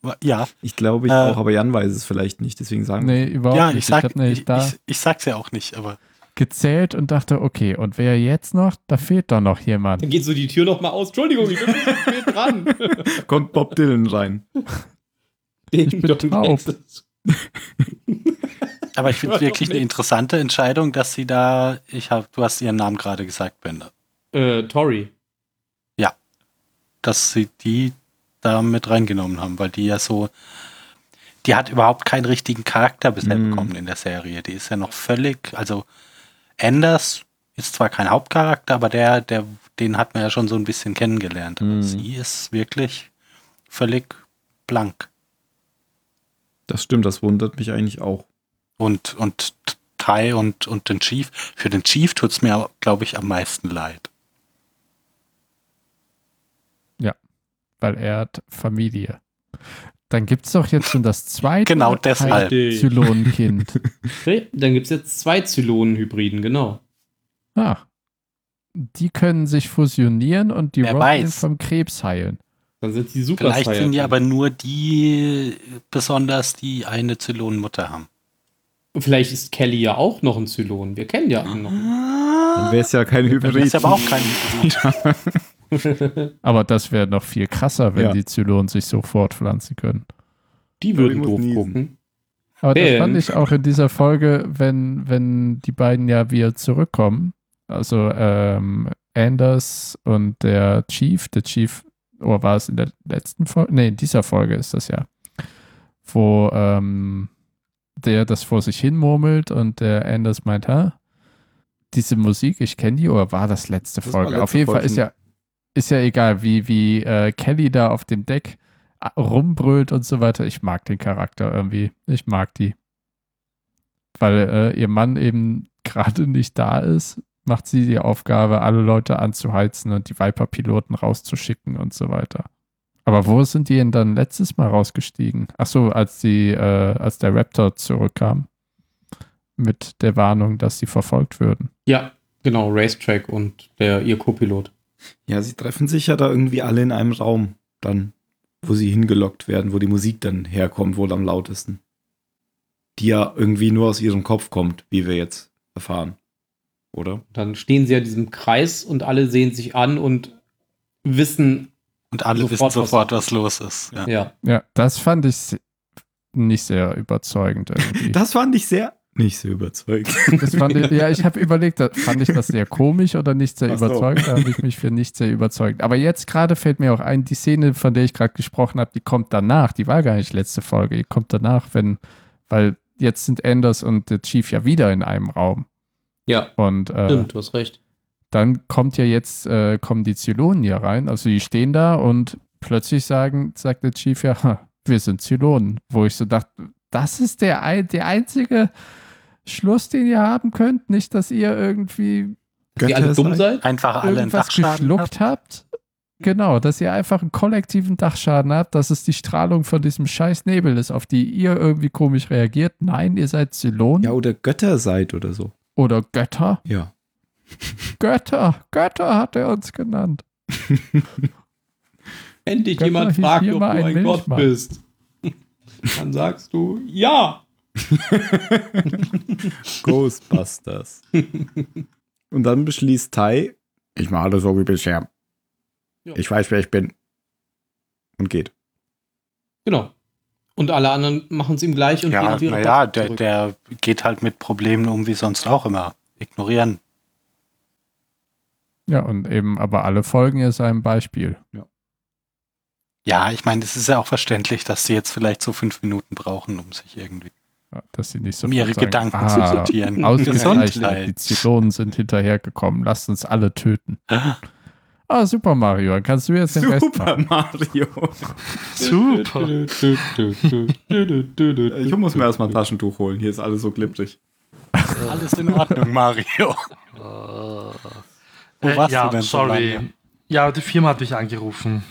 S5: wa- Ja,
S3: ich glaube ich
S5: Äh,
S3: auch, aber Jan weiß es vielleicht nicht, deswegen sagen wir.
S7: Nee, überhaupt
S5: ja,
S7: nicht.
S5: ich, sag,
S7: hab
S5: ich,
S7: nämlich da
S5: ich, ich sag's ja auch nicht, aber
S7: gezählt und dachte, okay, und wer jetzt noch? Da fehlt doch noch jemand.
S5: Genau.
S6: Dann geht so die Tür nochmal aus. Entschuldigung, ich bin ein bisschen spät dran.
S3: Kommt Bob Dylan rein.
S6: Ding
S7: bin
S6: dong,
S7: taub.
S6: nächstes.
S5: Aber ich finde
S6: Ja,
S5: es wirklich
S6: doch
S5: eine
S6: nicht.
S5: interessante Entscheidung, dass sie da, ich hab, du hast ihren Namen gerade gesagt, Bender,
S6: Äh, Tori.
S5: dass sie die da mit reingenommen haben, weil die ja so, die hat überhaupt keinen richtigen Charakter bisher
S3: Mhm.
S5: bekommen in der Serie. Die ist ja noch völlig, also Anders ist zwar kein Hauptcharakter, aber der, der, den hat man ja schon so ein bisschen kennengelernt. Aber
S3: Mhm.
S5: Sie ist wirklich völlig blank.
S3: Das stimmt, das wundert mich eigentlich auch.
S5: Und, und Tai und, und den Chief, für den Chief tut's mir, glaube ich, am meisten leid.
S7: weil er hat Familie. Dann gibt es doch jetzt schon das zweite
S5: Genau deshalb.
S7: Zylonenkind.
S6: Okay, Dann gibt es jetzt zwei Zylonen-Hybriden, genau.
S7: ah. Die können sich fusionieren und die
S5: Wer
S7: Rodney
S5: weiß.
S7: vom Krebs heilen.
S6: Dann sind die super
S5: Vielleicht sind die
S6: Saiyajin.
S5: aber nur die äh, besonders, die eine Zylonenmutter haben.
S6: Und Vielleicht ist Kelly ja auch noch ein Zylon. Wir kennen ja einen noch.
S3: Dann wäre es ja kein
S5: Das
S3: Hybrid.
S5: ist aber auch kein Hybrid.
S7: Aber das wäre noch viel krasser, wenn
S3: Ja.
S7: die Zylonen sich so fortpflanzen können.
S6: Die
S3: Oh, ich
S6: würden
S3: muss
S6: doof
S3: niesen.
S6: gucken.
S7: Aber das
S6: Ben.
S7: fand ich auch in dieser Folge, wenn, wenn die beiden ja wieder zurückkommen, also ähm, Anders und der Chief, der Chief, oder war es in der letzten Folge? Nee, in dieser Folge ist das ja, wo ähm, der das vor sich hin murmelt und der Anders meint, ha, diese Musik, ich kenne die, oder war das letzte
S3: Das war
S7: Folge?
S3: letzte
S7: auf jeden Fall
S3: Folge.
S7: ist ja, ist ja egal, wie, wie äh, Kelly da auf dem Deck a- rumbrüllt und so weiter. Ich mag den Charakter irgendwie. Ich mag die. Weil äh, ihr Mann eben gerade nicht da ist, macht sie die Aufgabe, alle Leute anzuheizen und die Viper-Piloten rauszuschicken und so weiter. Aber wo sind die denn dann letztes Mal rausgestiegen? Ach so, als die, äh, als der Raptor zurückkam mit der Warnung, dass sie verfolgt würden.
S6: Ja, genau. Racetrack und der, ihr Co-Pilot.
S3: Ja, sie treffen sich ja da irgendwie alle in einem Raum, dann, wo sie hingelockt werden, wo die Musik dann herkommt, wohl am lautesten. Die ja irgendwie nur aus ihrem Kopf kommt, wie wir jetzt erfahren. Oder?
S6: Dann stehen sie ja in diesem Kreis und alle sehen sich an und wissen,
S5: Und alle wissen
S6: Sofort, was-
S5: sofort, was los ist. Ja.
S6: ja.
S7: Ja, das fand ich se- nicht sehr überzeugend irgendwie.
S3: Das fand ich sehr nicht so überzeugend.
S7: Das fand ich, ja, ich habe überlegt, da- fand ich das sehr komisch oder nicht sehr
S3: Ach so.
S7: überzeugend? Da habe ich mich für nicht sehr überzeugt. Aber jetzt gerade fällt mir auch ein, die Szene, von der ich gerade gesprochen habe, die kommt danach. Die war gar nicht letzte Folge. Die kommt danach, wenn, weil jetzt sind Anders und der Chief ja wieder in einem Raum.
S6: Ja,
S7: Und äh,
S6: stimmt, du hast recht.
S7: dann kommt ja jetzt, äh, kommen die Zylonen hier rein. Also die stehen da und plötzlich sagen, sagt der Chief ja, "Ha, wir sind Zylonen. Wo ich so dachte, das ist der, ein- der einzige Schluss, den ihr haben könnt. Nicht, dass ihr irgendwie
S6: Die alle dumm seid?
S5: Einfach alle einen
S7: irgendwas
S5: Dachschaden. haben.
S7: geschluckt habt. Genau, dass ihr einfach einen kollektiven Dachschaden habt, dass es die Strahlung von diesem scheiß Nebel ist, auf die ihr irgendwie komisch reagiert. Nein, ihr seid Zylonen
S3: Ja, oder Götter seid oder so.
S7: oder Götter.
S3: Ja.
S7: Götter, Götter hat er uns genannt.
S6: Wenn dich
S7: Gott,
S6: jemand
S7: hier
S6: fragt,
S7: ist
S6: ob du
S7: mal ein
S6: ein Gott
S7: Milchmann.
S6: bist, dann sagst du ja.
S3: Ghostbusters. Und dann beschließt Tai, ich mache alles so wie bisher.
S6: Ja.
S3: Ich weiß, wer ich bin. Und geht.
S6: Genau. Und alle anderen machen es ihm gleich und gehen
S5: Ja,
S6: auf ihre
S5: naja,
S6: Box
S5: der,
S6: zurück.
S5: der geht halt mit Problemen um, wie sonst auch immer. Ignorieren.
S7: Ja, und eben, aber alle folgen ja seinem Beispiel.
S5: Ja, ich meine, es ist ja auch verständlich, dass sie jetzt vielleicht so fünf Minuten brauchen, um sich irgendwie,
S7: Ja, Dass sie nicht so
S5: um ihre Gedanken zu
S7: ah,
S5: sortieren.
S7: Ausgezeichnet, die Zylonen sind hinterhergekommen, lasst uns alle töten. Ah, Super Mario, dann kannst du jetzt den Rest machen.
S3: Mario.
S4: Super.
S3: Äh, Ich muss mir erstmal ein Taschentuch holen. Hier ist alles so glitschig.
S5: Alles in Ordnung, Mario. Wo
S4: Äh,
S5: warst
S4: ja,
S5: du denn so
S4: sorry.
S5: lange?
S4: ja, die Firma hat mich angerufen.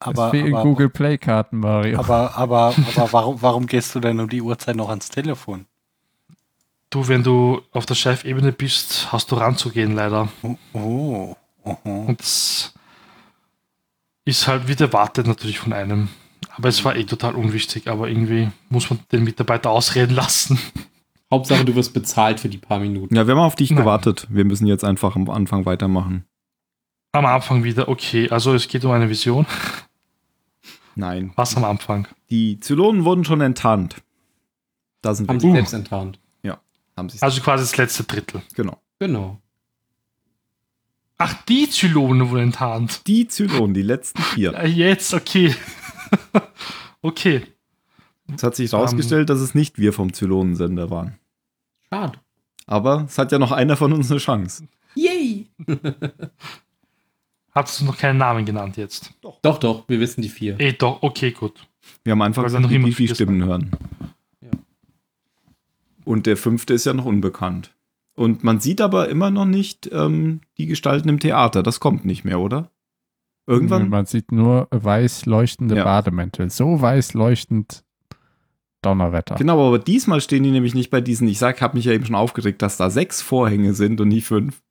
S7: Es
S5: Aber,
S7: fehlen
S5: aber,
S7: Google Play-Karten, Mario.
S5: aber, aber, aber warum, warum gehst du denn um die Uhrzeit noch ans Telefon?
S4: Du, wenn du auf der Chefebene bist, hast du ranzugehen, leider.
S5: Oh, oh, oho.
S4: Und das ist halt wieder erwartet natürlich von einem. Aber es war eh total unwichtig, aber irgendwie muss man den Mitarbeiter ausreden lassen.
S6: Hauptsache, du wirst bezahlt für die paar Minuten.
S3: Ja, wir haben auf dich
S4: Nein.
S3: gewartet. Wir müssen jetzt einfach am Anfang weitermachen.
S4: Am Anfang wieder, okay, also es geht um eine Vision.
S3: Nein.
S4: Was am Anfang?
S3: Die Zylonen wurden schon enttarnt. Da sind
S6: Haben
S3: wir.
S6: sie selbst enttarnt.
S3: haben sie
S4: Also quasi das letzte Drittel.
S3: genau.
S6: Genau.
S4: Ach, die Zylone wurden enttarnt.
S3: Die Zylonen, die letzten vier.
S4: Ja, Jetzt, okay. okay.
S3: Es hat sich
S6: Ähm.
S3: herausgestellt, dass es nicht wir vom Zylonensender waren.
S6: Schade.
S3: Aber es hat ja noch einer von uns eine Chance.
S6: Yay!
S4: Hattest du noch keinen Namen genannt jetzt?
S6: Doch, doch, wir wissen die vier.
S4: Eh, doch, okay, gut.
S3: Wir haben einfach
S4: Weil wir
S3: gesagt,
S4: noch
S3: die
S4: jemand
S3: Bifi-Stimmen hören.
S6: Ja.
S3: Und der fünfte ist ja noch unbekannt. Und man sieht aber immer noch nicht ähm, die Gestalten im Theater. Das kommt nicht mehr, oder? Irgendwann?
S7: Man sieht nur weiß leuchtende
S3: Ja.
S7: Bademäntel. So weiß leuchtend Donnerwetter.
S3: Genau, aber diesmal stehen die nämlich nicht bei diesen. Ich sag, habe mich ja eben schon aufgeregt, dass da sechs Vorhänge sind und nicht fünf.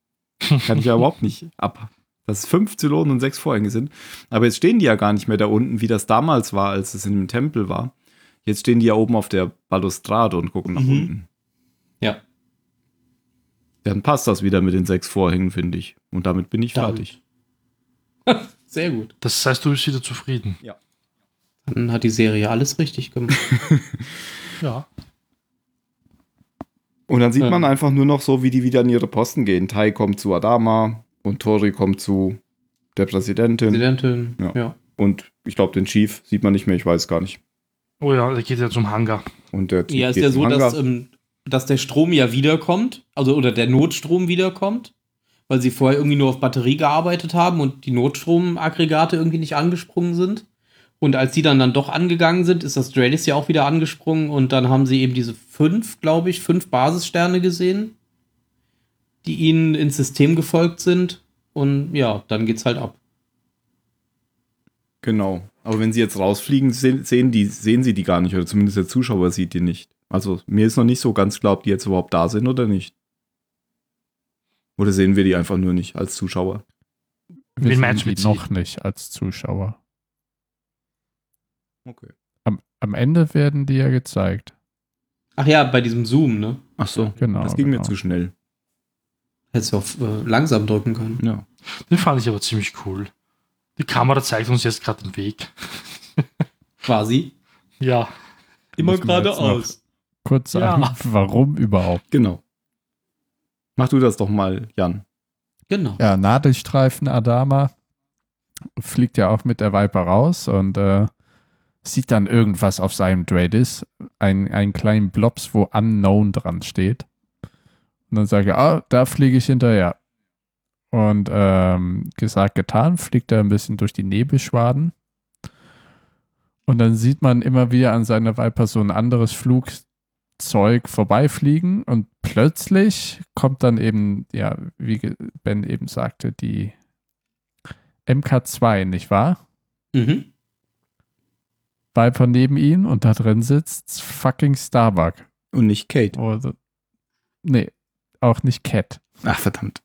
S3: Kann ich ja überhaupt nicht ab. Dass fünf Zylonen und sechs Vorhänge sind. Aber jetzt stehen die ja gar nicht mehr da unten, wie das damals war, als es in dem Tempel war. Jetzt stehen die ja oben auf der Balustrade und gucken nach
S6: Mhm.
S3: unten.
S6: Ja.
S3: Dann passt das wieder mit den sechs Vorhängen, finde ich. Und damit bin ich
S6: Damit.
S3: fertig.
S6: Sehr gut.
S4: Das heißt, du bist wieder zufrieden.
S6: Dann hat die Serie alles richtig gemacht.
S4: Ja.
S3: Und dann sieht
S6: Ja.
S3: man einfach nur noch so, wie die wieder an ihre Posten gehen. Tai kommt zu Adama und Tori kommt zu der Präsidentin.
S6: Präsidentin,
S3: Ja.
S6: ja.
S3: Und ich glaube, den Chief sieht man nicht mehr, ich weiß gar nicht.
S4: Oh ja, der geht ja zum Hangar.
S3: Und der Chief
S6: Ja, ist
S3: geht
S6: ja
S3: zum
S6: so, dass,
S3: Hangar.
S6: ähm, dass der Strom ja wiederkommt, also oder der Notstrom wiederkommt, weil sie vorher irgendwie nur auf Batterie gearbeitet haben und die Notstromaggregate irgendwie nicht angesprungen sind. Und als die dann dann doch angegangen sind, ist das Dreadis ja auch wieder angesprungen und dann haben sie eben diese fünf, glaube ich, fünf Basissterne gesehen, die ihnen ins System gefolgt sind. Und ja, dann geht's halt ab.
S3: Genau. Aber wenn sie jetzt rausfliegen, sehen, sehen, die, sehen sie die gar nicht. Oder zumindest der Zuschauer sieht die nicht. Also mir ist noch nicht so ganz klar, ob die jetzt überhaupt da sind oder nicht. Oder sehen wir die einfach nur nicht als Zuschauer?
S7: Wir
S4: Wen
S7: sehen
S4: meinst du
S7: die
S4: mit sie?
S7: noch nicht als Zuschauer.
S3: Okay.
S7: Am, am Ende werden die ja gezeigt.
S6: Ach ja, bei diesem Zoom, ne?
S3: Ach so.
S7: Genau.
S3: Das ging
S7: genau.
S3: mir zu schnell.
S6: Hättest du auf äh, langsam drücken können.
S3: Ja.
S4: Den fand ich aber ziemlich cool. Die Kamera zeigt uns jetzt gerade den Weg.
S6: Quasi.
S4: Ja.
S7: Immer Müssen wir
S6: halt
S7: jetzt geradeaus. Kurz
S4: Ja.
S7: sagen, warum überhaupt?
S3: Genau. Mach du das doch mal, Jan.
S6: Genau.
S7: Ja, Nadelstreifen Adama fliegt ja auch mit der Viper raus und äh, sieht dann irgendwas auf seinem Dreadis, ein- einen kleinen Blobs, wo Unknown dran steht. Und dann sage ich, ah, da fliege ich hinterher. Und ähm, gesagt, getan, fliegt er ein bisschen durch die Nebelschwaden. Und dann sieht man immer wieder an seiner Viper so ein anderes Flugzeug vorbeifliegen und plötzlich kommt dann eben, ja, wie ge- Ben eben sagte, die MK2, nicht wahr?
S6: Mhm.
S7: Viper neben ihn und da drin sitzt fucking Starbuck.
S3: Und nicht Kate.
S7: Oder, nee, auch nicht Cat.
S3: Ach, verdammt.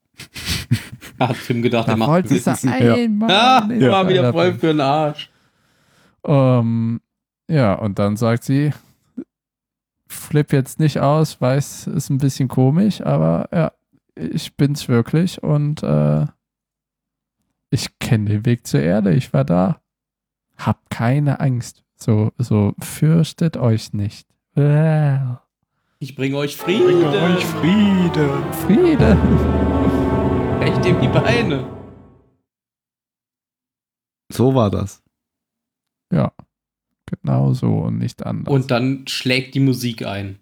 S6: Da hat Tim gedacht, er
S7: Da
S6: macht
S7: wollte
S6: es.
S7: sie
S3: Ja.
S7: einmal.
S6: Ah,
S7: nicht
S6: ja, war wieder
S7: weiter
S6: voll
S7: bringen.
S6: für den Arsch.
S7: Ähm, ja, und dann sagt sie, flip jetzt nicht aus, weiß, ist ein bisschen komisch, aber ja, ich bin's wirklich und äh, ich kenne den Weg zur Erde, ich war da. Habt keine Angst. So, so fürchtet euch nicht. Äh,
S6: Ich bringe euch Frieden.
S5: Friede.
S7: Friede.
S6: Ich dem die Beine.
S3: So war das.
S7: Ja, genau so und nicht anders.
S6: Und dann schlägt die Musik ein.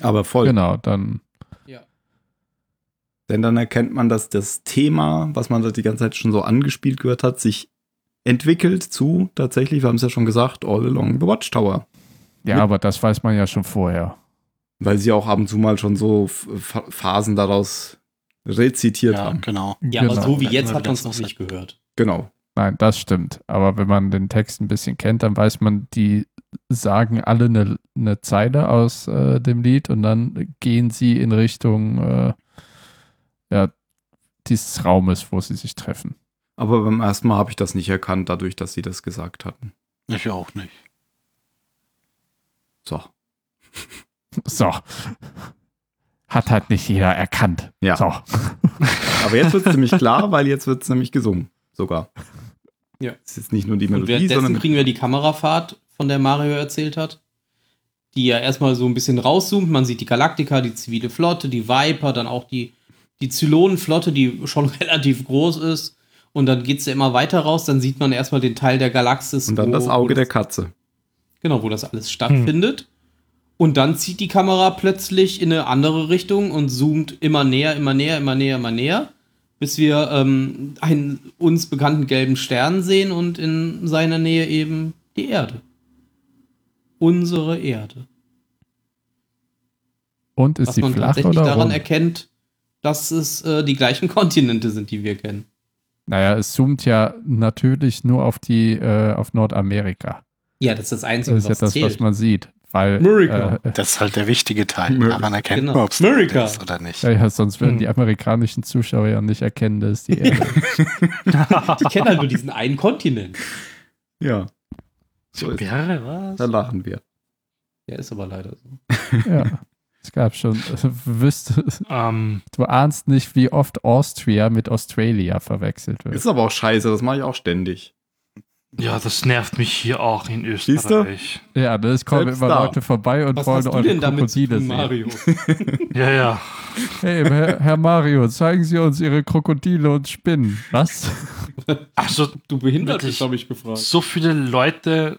S3: Aber voll.
S7: genau, dann
S3: Denn dann erkennt man, dass das Thema, was man da die ganze Zeit schon so angespielt gehört hat, sich entwickelt zu, tatsächlich, wir haben es ja schon gesagt, All Along the Watchtower.
S7: ja,
S3: Mit-
S7: aber das weiß man ja schon vorher.
S3: Weil sie auch ab und zu mal schon so F- F- Phasen daraus rezitiert
S5: Ja,
S3: haben.
S5: genau.
S6: Ja, aber
S7: Genau.
S6: so wie
S5: Hätten
S6: jetzt
S5: wir
S6: hat man es noch
S5: letztens
S6: nicht gehört.
S3: Genau.
S7: Nein, das stimmt. Aber wenn man den Text ein bisschen kennt, dann weiß man, die sagen alle eine, eine Zeile aus äh, dem Lied und dann gehen sie in Richtung äh, ja, des Raumes, wo sie sich treffen.
S3: Aber beim ersten Mal habe ich das nicht erkannt, dadurch, dass sie das gesagt hatten.
S5: Ich auch nicht.
S3: So.
S7: So. Hat halt nicht jeder erkannt.
S3: Ja.
S7: So.
S3: Aber jetzt wird es ziemlich klar, weil jetzt wird es nämlich gesungen. Sogar.
S6: Ja.
S3: Es ist jetzt nicht nur die
S6: Und
S3: Melodie,
S6: währenddessen
S3: sondern.
S6: kriegen wir die Kamerafahrt, von der Mario erzählt hat, die ja erstmal so ein bisschen rauszoomt. Man sieht die Galaktika, die zivile Flotte, die Viper, dann auch die, die Zylonenflotte, die schon relativ groß ist. Und dann geht es ja immer weiter raus. Dann sieht man erstmal den Teil der Galaxis.
S3: Und dann
S6: wo-
S3: das
S6: wo
S3: Auge der Katze.
S6: Genau, wo das
S7: Hm.
S6: alles stattfindet. Und dann zieht die Kamera plötzlich in eine andere Richtung und zoomt immer näher, immer näher, immer näher, immer näher, bis wir ähm, einen uns bekannten gelben Stern sehen und in seiner Nähe eben die Erde. Unsere Erde.
S7: Und ist
S6: Was
S7: sie
S6: man
S7: flach
S6: tatsächlich
S7: oder
S6: daran
S7: rund?
S6: erkennt, dass es äh, die gleichen Kontinente sind, die wir kennen.
S7: Naja, es zoomt ja natürlich nur auf die, äh, auf Nordamerika.
S6: Ja, das ist das
S7: Das
S6: Einzige,
S7: ist ja
S6: was
S7: das,
S6: zählt.
S7: was man sieht. Weil,
S6: Miracle.
S7: äh,
S5: Das ist halt der wichtige Teil.
S3: Mö.
S5: Daran erkennt
S6: Genau.
S5: man, ob es eine
S6: America.
S5: Erde ist oder nicht.
S7: naja, sonst würden
S4: Hm.
S7: die amerikanischen Zuschauer ja nicht erkennen, dass die Erde.
S6: Die kennen halt nur diesen einen Kontinent.
S3: Ja, So ist-
S4: Wäre
S3: da
S4: was?
S3: lachen wir.
S6: Der ist aber leider so.
S7: ja. Es gab schon, wüsste,
S4: Ähm,
S7: du ahnst nicht, wie oft Austria mit Australia verwechselt wird.
S3: Ist aber auch scheiße, das mache ich auch ständig.
S4: ja, das nervt mich hier auch in
S3: du?
S4: Österreich.
S7: Ja, das kommen
S3: Selbst
S7: immer
S3: da.
S7: Leute vorbei und
S6: Was
S7: wollen
S6: hast du
S7: eure
S6: denn damit zu
S7: Krokodile
S6: tun,
S7: sehen.
S6: Mario?
S4: Ja, ja.
S7: Hey, Herr, Herr Mario, zeigen Sie uns Ihre Krokodile und Spinnen. Was?
S4: Also,
S6: Du behindert
S4: Wirklich?
S6: bist, habe ich gefragt.
S4: so viele Leute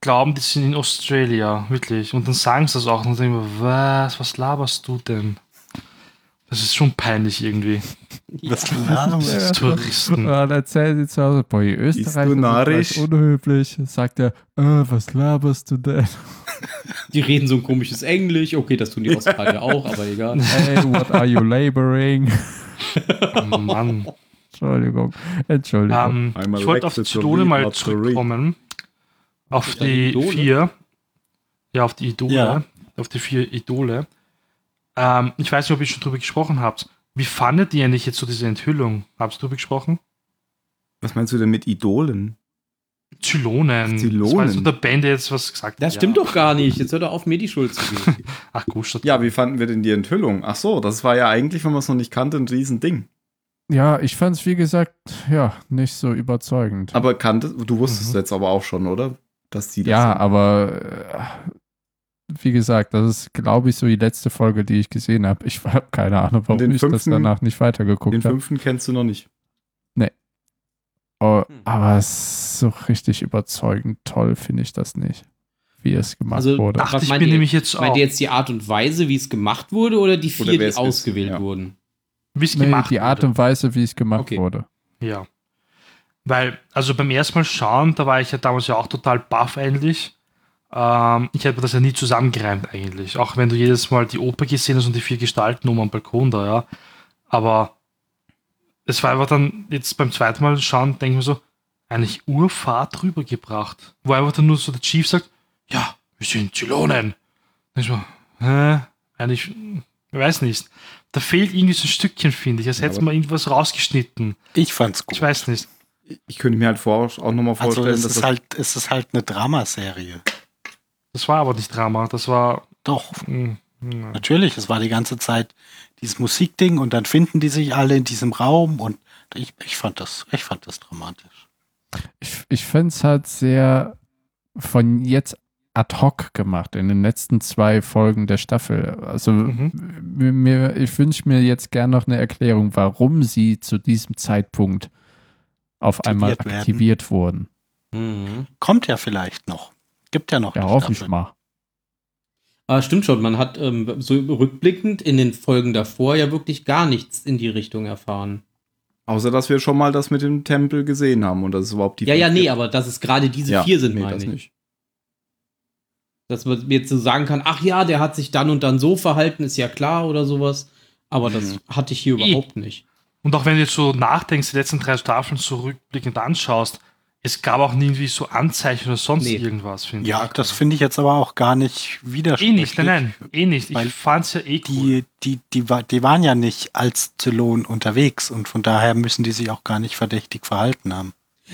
S4: glauben, die sind in Australia, wirklich. Und dann sagen sie das auch. Und dann denken wir, was, was laberst du denn? Das ist schon peinlich irgendwie.
S5: Was klar.
S4: Diese Touristen.
S7: Ja, dann erzählen Sie zu Hause. Boah, in Österreich
S3: du
S7: ist das
S3: narrisch?
S7: alles unhöflich. Sagt er, äh, was laberst du denn?
S6: Die reden so ein komisches Englisch. Okay, das tun die Australier auch, aber egal.
S7: Hey, what are you laboring?
S4: Oh Mann.
S7: Entschuldigung, Entschuldigung.
S4: Ähm,
S3: Einmal
S4: ich wollte auf
S3: wechselt
S4: die
S3: zur
S4: Zylone mal
S3: Read, not to read.
S4: zurückkommen. Auf
S6: Ja, die
S4: die
S6: Idole.
S4: vier. Ja, auf die Idole.
S5: Ja.
S4: Auf die vier Idole. Ähm, ich weiß nicht, ob ihr schon drüber gesprochen habt. Wie fandet ihr eigentlich jetzt so diese Enthüllung? Habt ihr drüber gesprochen?
S3: Was meinst du denn mit Idolen?
S4: Zylonen.
S3: Ach, Zylonen.
S4: Das war jetzt unter Band, der jetzt was gesagt
S6: Das
S4: hat.
S6: stimmt
S4: ja.
S6: doch gar nicht. Jetzt hört er auf, mir die Schuld zu geben.
S4: Ach, Großstadt.
S3: Ja, wie fanden wir denn die Enthüllung? Ach so, das war ja eigentlich, wenn man es noch nicht kannte, ein Riesending.
S7: ja, ich fand es, wie gesagt, ja, nicht so überzeugend.
S3: Aber kannte, du wusstest
S4: Mhm.
S3: jetzt aber auch schon, oder? Dass die das
S7: Ja,
S3: sind.
S7: aber äh, wie gesagt, das ist, glaube ich, so die letzte Folge, die ich gesehen habe. Ich habe keine Ahnung, warum
S3: den
S7: ich das
S3: fünften-
S7: danach nicht
S3: Den
S7: weitergeguckt habe.
S3: fünften kennst du noch nicht.
S7: Oh,
S6: Hm.
S7: aber s- so richtig überzeugend toll finde ich das nicht, wie es gemacht
S6: Also,
S7: wurde.
S4: Dachte
S6: Was
S4: ich mir
S6: meint ihr?
S4: nämlich jetzt auch.
S6: Meint ihr jetzt die Art und Weise, wie es gemacht wurde, oder die vier,
S3: Oder wer
S6: die
S3: es ist,
S6: ausgewählt
S3: ja.
S6: wurden?
S4: wie es
S7: Nee,
S4: gemacht
S7: die Art
S4: wurde.
S7: und Weise, wie es gemacht
S6: Okay.
S7: wurde.
S4: Ja. Weil, also beim ersten Mal schauen, da war ich ja damals ja auch total baff eigentlich. Ähm, ich hätte mir das ja nie zusammengereimt eigentlich. Auch wenn du jedes Mal die Oper gesehen hast und die vier Gestalten um am Balkon da, ja. Aber es war einfach dann jetzt beim zweiten Mal schauen, denke ich mir so, eigentlich Urfahrt rübergebracht. Wo einfach dann nur so der Chief sagt, ja, wir sind Zylonen. Dann ich so, hä? Eigentlich, ich weiß nicht. Da fehlt irgendwie so ein Stückchen, finde ich. Als hätte
S3: Aber-
S4: man irgendwas rausgeschnitten.
S5: Ich fand's
S4: Ich
S5: gut.
S4: weiß nicht.
S3: Ich könnte mir halt vor, auch nochmal
S5: Also
S3: vorstellen,
S5: es
S3: dass
S5: ist,
S3: das
S5: halt, es ist halt eine Dramaserie.
S4: Das war aber nicht Drama. Das war.
S5: Doch,
S4: mm, mm.
S5: natürlich. Es war die ganze Zeit dieses Musikding und dann finden die sich alle in diesem Raum und ich, ich, fand, das, ich fand das dramatisch.
S7: Ich, ich finde es halt sehr von jetzt ad hoc gemacht in den letzten zwei Folgen der Staffel. Also
S4: Mhm.
S7: m- mir, ich wünsche mir jetzt gern noch eine Erklärung, warum sie zu diesem Zeitpunkt auf einmal
S5: Aktiviert werden.
S7: aktiviert wurden.
S3: Oh, Mhm.
S5: Kommt ja vielleicht noch. Gibt ja noch
S7: Ja,
S5: eine
S7: hoffe ich
S5: Staffel.
S7: mal.
S6: Aber Ah, stimmt schon, man hat ähm, so rückblickend in den Folgen davor ja wirklich gar nichts in die Richtung erfahren.
S3: Außer, dass wir schon mal das mit dem Tempel gesehen haben und das ist überhaupt die.
S6: ja, ja, nee, aber dass es gerade diese
S3: Ja,
S6: vier sind,
S3: nee,
S6: meine
S3: das
S6: ich.
S3: nicht.
S6: Dass man jetzt so sagen kann, ach ja, der hat sich dann und dann so verhalten, ist ja klar oder sowas. Aber
S3: Mhm.
S6: das hatte ich hier
S4: I.
S6: überhaupt nicht.
S4: Und auch wenn du jetzt so nachdenkst, die letzten drei Staffeln zurückblickend anschaust, Es gab auch irgendwie so Anzeichen oder sonst
S6: Nee.
S4: irgendwas, finde
S5: Ja,
S4: ich.
S5: das finde ich jetzt aber auch gar nicht
S4: eh
S5: widersprüchlich.
S4: nicht, nein, nein, eh nicht.
S5: Weil
S4: Ich fand's ja eh cool.
S5: Die, die, die, wa- die waren ja nicht als Zylon unterwegs und von daher müssen die sich auch gar nicht verdächtig verhalten haben.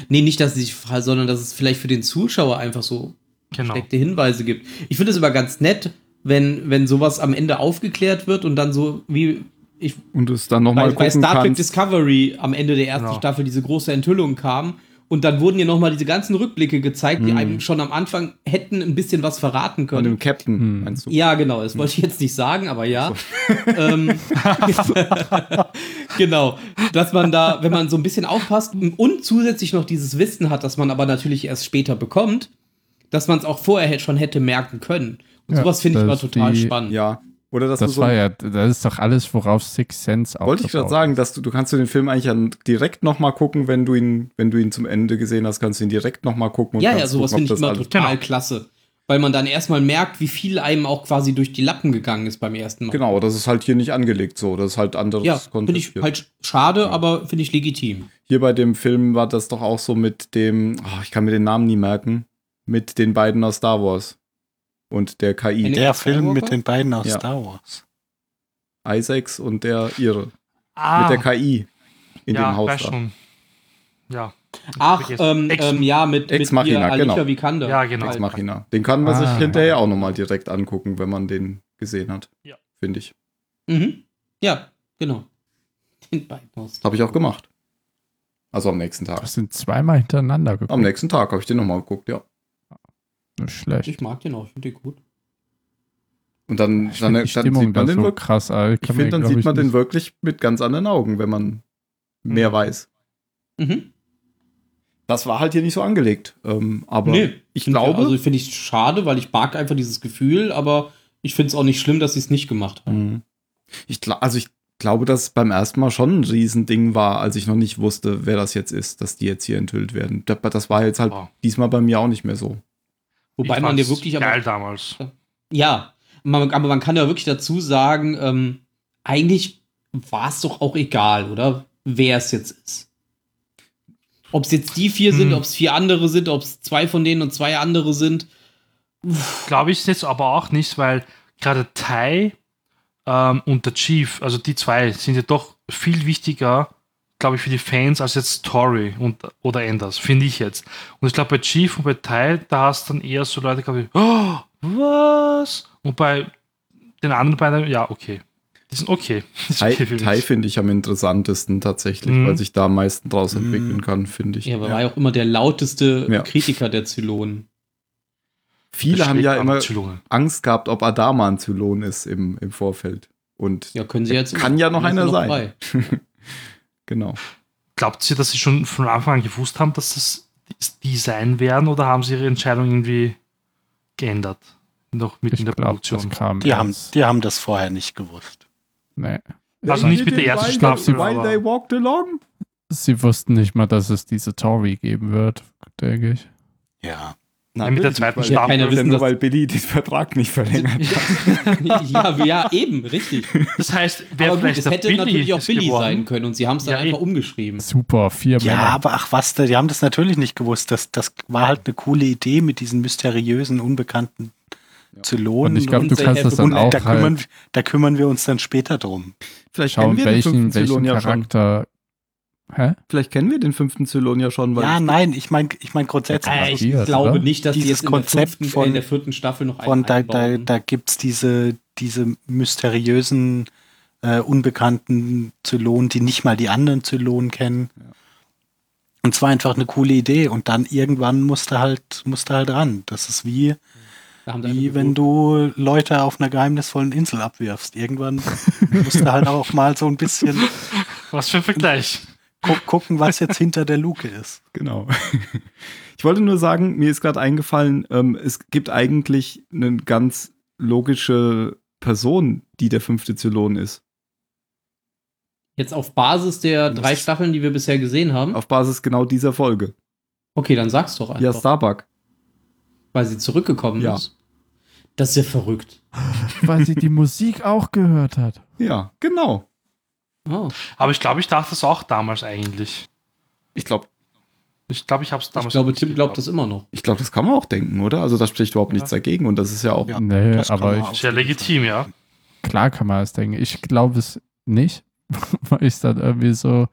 S6: Nee, nicht, dass sie sich verhalten, sondern dass es vielleicht für den Zuschauer einfach so
S4: genau.
S6: versteckte Hinweise gibt. Ich finde es immer ganz nett, wenn, wenn sowas am Ende aufgeklärt wird und dann so wie ich
S3: Und es dann nochmal
S6: bei, bei
S3: gucken
S6: Star Trek
S3: kannst.
S6: Discovery am Ende der ersten
S4: Genau.
S6: Staffel diese große Enthüllung kam. Und dann wurden hier nochmal diese ganzen Rückblicke gezeigt,
S3: Hm.
S6: die einem schon am Anfang hätten ein bisschen was verraten
S3: Von
S6: können.
S3: dem Captain,
S7: Hm.
S3: meinst du?
S6: Ja, genau,
S3: Hm.
S6: das wollte ich jetzt nicht sagen, aber ja. ähm, genau, dass man da, wenn man so ein bisschen aufpasst und zusätzlich noch dieses Wissen hat, das man aber natürlich erst später bekommt, dass man es auch vorher hätt- schon hätte merken können. Und
S7: Ja,
S6: sowas finde ich immer
S7: das
S6: total
S7: die-
S6: spannend.
S3: Ja. Oder dass du
S7: Das
S3: so
S7: war ja, das ist doch alles, worauf Six Sense auch.
S3: Wollte ich gerade sagen, dass du, du kannst du den Film eigentlich dann direkt nochmal gucken, wenn du ihn, wenn du ihn zum Ende gesehen hast, kannst du ihn direkt nochmal gucken.
S6: Ja, ja,
S3: kannst
S6: sowas
S3: gucken,
S6: finde
S3: ob
S6: ich immer
S3: das alles- Genau.
S6: total klasse. Weil man dann erstmal merkt, wie viel einem auch quasi durch die Lappen gegangen ist beim ersten Mal.
S3: Genau, das ist halt hier nicht angelegt so. Das ist halt anderes
S6: Ja, finde ich
S3: hier.
S6: halt schade, aber finde ich legitim.
S3: hier bei dem Film war das doch auch so mit dem, oh, ich kann mir den Namen nie merken, mit den beiden aus Star Wars und der KI,
S6: Eine-
S3: der
S5: Der Film mit den beiden aus
S3: Ja.
S5: Star Wars.
S3: Isaacs und der ihre.
S4: ah,
S3: Mit der KI in
S4: ja,
S3: dem Haus
S4: weiß
S3: da.
S4: schon. Ja.
S6: Ach,
S4: Vergessen.
S6: ähm,
S4: Ex-
S6: ähm, ja, mit, mit
S3: Ex Machina,
S6: hier Alicia
S3: genau.
S6: Vikander.
S4: Ja, genau.
S3: Ex Machina. Den kann man sich
S7: Ah.
S3: hinterher auch nochmal direkt angucken, wenn man den gesehen hat.
S4: Ja.
S3: Finde ich.
S6: Mhm. Ja, genau. Den Beinhaus.
S3: Habe ich auch gemacht. Also am nächsten Tag.
S7: Das sind zweimal hintereinander geguckt.
S3: Am nächsten Tag habe ich den nochmal geguckt, ja.
S7: Nicht schlecht.
S6: Ich mag den auch, ich finde den gut.
S3: Und dann,
S7: Ich
S3: dann,
S7: find
S3: dann
S7: die
S3: sieht
S7: Stimmung
S3: man
S7: da
S3: den
S7: so
S3: wirklich.
S7: krass. Alter.
S3: Ich
S7: Kann
S3: finde, dann
S7: glaub
S3: sieht
S7: ich,
S3: man den
S7: nicht- Hm.
S3: wirklich mit ganz anderen Augen, wenn man mehr weiß.
S6: Mhm.
S3: Das war halt hier nicht so angelegt. Ähm, aber
S6: Nee,
S3: ich
S6: find
S3: glaube.
S6: Also finde ich schade, weil ich mag einfach dieses Gefühl, aber ich finde es auch nicht schlimm, dass sie es nicht gemacht haben.
S3: Mhm. ich, gla- also ich glaube, dass es beim ersten Mal schon ein Riesending war, als ich noch nicht wusste, wer das jetzt ist, dass die jetzt hier enthüllt werden. Da- Das war jetzt halt
S4: Wow.
S3: diesmal bei mir auch nicht mehr so.
S6: Wobei
S4: Ich
S6: man dir
S4: fand's
S6: wirklich aber
S4: geil damals.
S6: Ja, man, aber man kann ja wirklich dazu sagen, ähm, eigentlich war es doch auch egal, oder? Wer es jetzt ist. Ob es jetzt die vier sind,
S4: Hm.
S6: ob es vier andere sind, ob es zwei von denen und zwei andere sind.
S4: Glaube ich jetzt aber auch nicht, weil gerade Tai ähm, und der Chief, also die zwei, sind ja doch viel wichtiger, glaube ich, für die Fans als jetzt Tory und, oder Anders, finde ich jetzt. Und ich glaube, bei Chief und bei Tai, da hast du dann eher so Leute, glaube ich, oh, was? Und bei den anderen beiden, ja, okay. Die sind okay. Das ist
S3: Thai,
S4: okay für mich.
S3: Thai finde ich am interessantesten tatsächlich,
S4: Mhm.
S3: weil sich da am meisten draus entwickeln
S5: Mhm.
S3: kann, finde ich.
S6: Ja, aber war ja auch immer der lauteste
S3: Ja.
S6: Kritiker der Zylonen.
S3: Viele haben
S4: Schlägt
S3: ja
S4: aber
S3: immer
S4: zu Lunge.
S3: Angst gehabt, ob Adama ein Zylon ist im, im Vorfeld. Und
S6: Ja, können sie jetzt.
S3: Kann ja noch
S6: sind
S3: einer
S6: sie
S3: sein.
S6: frei.
S3: genau.
S4: Glaubt sie, dass sie schon von Anfang an gewusst haben, dass das die sein werden oder haben sie ihre Entscheidung irgendwie geändert? Noch mit
S7: Ich
S4: in der
S7: glaube, das
S4: Produktion.
S7: kam.
S5: Die haben,
S7: erst.
S5: die haben das vorher nicht gewusst.
S7: Nee.
S4: Also nicht mit der ersten Staffel,
S3: While
S4: aber-
S3: they walked along?
S7: Sie wussten nicht mal, dass es diese Tory geben wird, denke ich.
S5: Ja.
S4: Ja, mit der zweiten
S3: Natürlich, weil-
S6: Ja, keiner
S4: Staffel.
S6: wissen,
S3: Nur
S6: dass-
S3: weil Billy den Vertrag nicht verlängert hat.
S6: ja, ja, eben, richtig.
S4: Das heißt, wer
S6: aber gut,
S4: vielleicht
S6: es
S4: der
S6: hätte natürlich auch
S4: ist
S6: Billy
S4: geworden.
S6: sein können und sie haben es dann
S4: Ja,
S6: einfach
S4: eh.
S6: umgeschrieben.
S7: Super, vier
S5: Ja,
S7: Männer.
S5: aber ach was, die haben das natürlich nicht gewusst. Das, das war halt eine coole Idee mit diesen mysteriösen, unbekannten Zylonen.
S7: Und ich glaube,
S6: und
S7: du
S6: sie
S7: kannst das
S6: helfen
S7: dann
S5: und
S7: auch
S5: da, kümmern,
S7: halt
S5: da kümmern wir uns dann später drum.
S3: Vielleicht
S7: schauen,
S3: den
S7: welchen,
S3: fünften
S7: welchen
S3: Zylon ja schon.
S7: Charakter. Hä?
S3: Vielleicht kennen wir den fünften Zylon ja schon, weil
S5: Ja, nein, ich meine ich mein grundsätzlich.
S7: Äh,
S6: Also ich
S7: Matthias,
S6: glaube
S7: oder?
S6: nicht, dass die
S5: Dieses
S6: jetzt in der,
S5: Konzept
S6: fünften,
S5: von-
S6: äh, in der vierten Staffel noch einen
S5: Und da, da,
S6: einbauen.
S5: da gibt es diese, diese mysteriösen, äh, unbekannten Zylonen, die nicht mal die anderen Zylonen kennen. Und zwar einfach eine coole Idee. Und dann irgendwann musst du halt, musst du halt ran. Das ist wie,
S6: Da haben sie
S5: wie
S6: einfach
S5: wenn du Leute auf einer geheimnisvollen Insel abwirfst. Irgendwann musst du halt auch mal so ein bisschen
S4: Was für ein Vergleich.
S5: gu gucken, was jetzt hinter der Luke ist.
S3: Genau. Ich wollte nur sagen, mir ist gerade eingefallen, ähm, es gibt eigentlich eine ganz logische Person, die der fünfte Zylon ist.
S6: Jetzt auf Basis der drei
S3: Das-
S6: Staffeln, die wir bisher gesehen haben.
S3: Auf Basis genau dieser Folge.
S6: Okay, dann sag's doch einfach,
S3: Ja, Starbuck.
S6: weil sie zurückgekommen
S3: Ja.
S6: ist. Das ist ja verrückt.
S7: Weil sie die Musik auch gehört hat.
S3: Ja, genau.
S6: Oh.
S4: Aber ich glaube, ich dachte das auch damals eigentlich.
S3: Ich glaube,
S4: Ich glaube, ich habe es damals.
S6: Ich glaube,
S4: nicht
S6: Tim glaubt das
S4: geglaubt.
S6: immer noch.
S3: Ich glaube, das kann man auch denken, oder? Also da spricht überhaupt nichts dagegen und das ist ja auch.
S5: Ja.
S7: Nee,
S5: das kann
S7: aber
S5: man
S7: ich,
S5: auch.
S4: Ist ja legitim, ja.
S7: klar kann man das denken. Ich glaube es nicht, weil ich dann irgendwie so.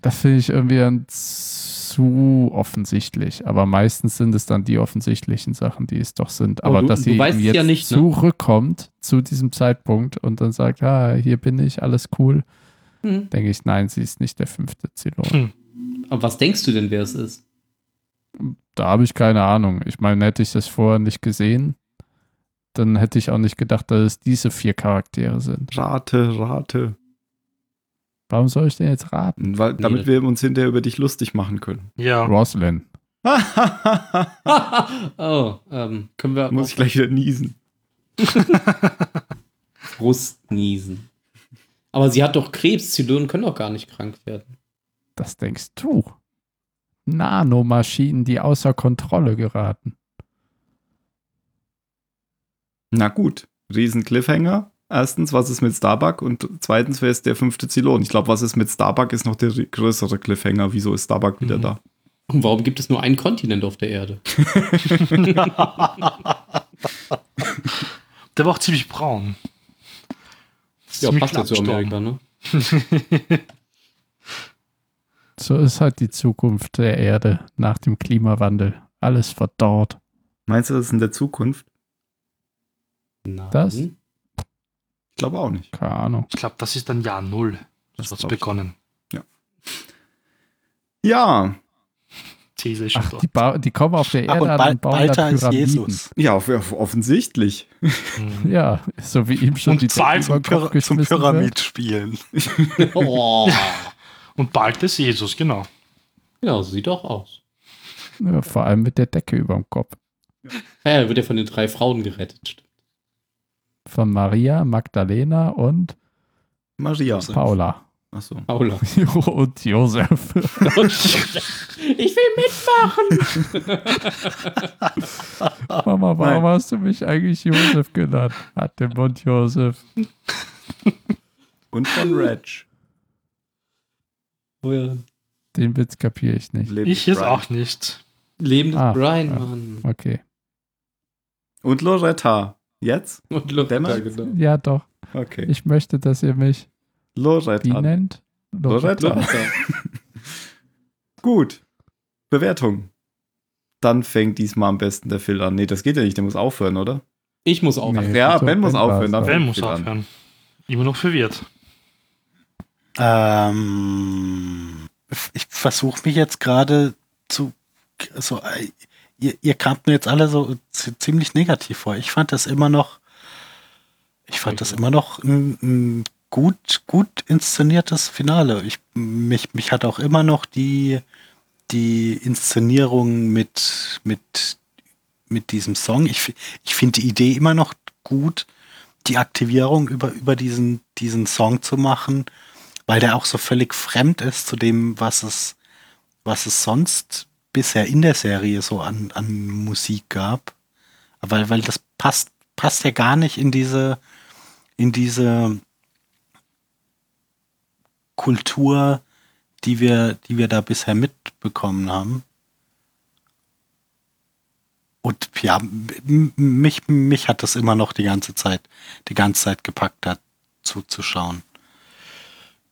S7: Das finde ich irgendwie dann zu offensichtlich. Aber meistens sind es dann die offensichtlichen Sachen, die es doch sind. Aber
S6: du-
S7: dass
S6: du
S7: sie
S6: weißt
S7: eben
S6: es
S7: jetzt
S6: ja nicht, ne?
S7: zurückkommt zu diesem Zeitpunkt und dann sagt, ah, hier bin ich, alles cool,
S6: Hm.
S7: denke ich, nein, sie ist nicht der fünfte Zylon.
S4: Hm.
S6: Aber was denkst du denn, wer es ist?
S7: Da habe ich keine Ahnung. Ich meine, hätte ich das vorher nicht gesehen, dann hätte ich auch nicht gedacht, dass es diese vier Charaktere sind.
S3: Rate, rate.
S7: Warum soll ich denn jetzt raten?
S3: Weil, damit wir uns hinterher über dich lustig machen können.
S4: Ja.
S7: Roslyn.
S6: oh, ähm, können wir
S3: Muss ich gleich wieder niesen.
S6: Brust niesen. Aber sie hat doch Krebs. Zylonen können doch gar nicht krank werden.
S7: Das denkst du. Nanomaschinen, die außer Kontrolle geraten.
S3: Na gut, riesen Cliffhanger. Erstens, was ist mit Starbuck? Und zweitens, wer ist der fünfte Zylon? Ich glaube, was ist mit Starbuck, ist noch der ri- größere Cliffhanger. Wieso ist Starbuck wieder
S4: Mhm.
S3: da?
S6: Und warum gibt es nur einen Kontinent auf der Erde?
S4: Der war auch ziemlich braun.
S6: Ja,
S4: Ziemlich
S6: passt ja zu
S4: abgestorben.
S6: Amerika, ne?
S7: So ist halt die Zukunft der Erde nach dem Klimawandel. Alles verdorrt.
S3: Meinst du, das ist in der Zukunft?
S6: Nein.
S7: Das?
S3: Ich glaube auch nicht.
S7: Keine Ahnung.
S4: Ich glaube, das ist dann Jahr Null.
S3: Das
S4: Das hat's
S3: glaub ich.
S4: begonnen.
S3: Ja,
S4: These ist schon
S7: Ach,
S4: dort.
S7: die, ba- die kommen auf der
S5: Ah,
S7: Erde
S5: und
S7: an
S5: bal
S7: und bauen da
S5: Balta ist
S7: Pyramiden.
S5: Jesus.
S3: ja, off- off- offensichtlich.
S4: Mhm.
S7: Ja, so wie ihm schon
S4: Und
S7: die
S4: vor allem
S7: Decke über den Kopf
S5: Pyra zum
S7: geschmissen wird.
S5: Pyramidspielen.
S6: Oh.
S4: Und bald ist Jesus, genau.
S6: genau, so sieht doch aus.
S7: Ja, vor allem mit der Decke über dem Kopf.
S6: Ja, er wird ja von den drei Frauen gerettet. stimmt.
S7: Von Maria, Magdalena und
S3: Maria.
S7: Paula.
S3: Achso.
S6: Paula.
S7: und Josef.
S6: ich will mitmachen.
S7: Mama, warum hast du mich eigentlich Josef genannt? Hat den Mund Josef.
S3: Und von Reg.
S6: Oh ja.
S7: Den Witz kapiere ich nicht.
S3: Lebt
S4: Ich jetzt
S3: Brian.
S4: auch nicht.
S6: Lebendes
S7: Ah,
S6: Brian,
S7: ja.
S6: Mann.
S7: Okay.
S3: Und Loretta. Jetzt?
S6: Und Loretta,
S3: Dämmert?
S6: genau.
S7: Ja, doch.
S3: Okay.
S7: Ich möchte, dass ihr mich wie
S3: Loretta.
S7: nennt.
S3: Loretta. Gut. Bewertung. Dann fängt diesmal am besten der Phil an. Nee, das geht ja nicht, der muss aufhören, oder?
S6: Ich muss auch.
S7: Nee,
S3: Ja,
S7: so
S3: Ben muss
S7: Ben
S3: aufhören.
S7: war's.
S3: dann
S4: Ben
S3: fängt
S4: muss
S3: Phil an.
S4: aufhören. Immer noch verwirrt.
S5: Ähm, ich versuche mich jetzt gerade zu. So, äh, ihr, ihr kamt mir jetzt alle so zi- ziemlich negativ vor. Ich fand das immer noch. Ich fand das immer noch ein, ein gut, gut inszeniertes Finale. Ich, mich, mich hat auch immer noch die, die Inszenierung mit, mit, mit diesem Song. Ich, fi- ich finde die Idee immer noch gut, die Aktivierung über, über diesen, diesen Song zu machen weil der auch so völlig fremd ist zu dem, was es, was es sonst bisher in der Serie so an, an Musik gab. Weil, weil das passt, passt ja gar nicht in diese, in diese Kultur, die wir, die wir da bisher mitbekommen haben. Und ja, m- m- mich, mich hat das immer noch die ganze Zeit, die ganze Zeit gepackt, da zuzuschauen.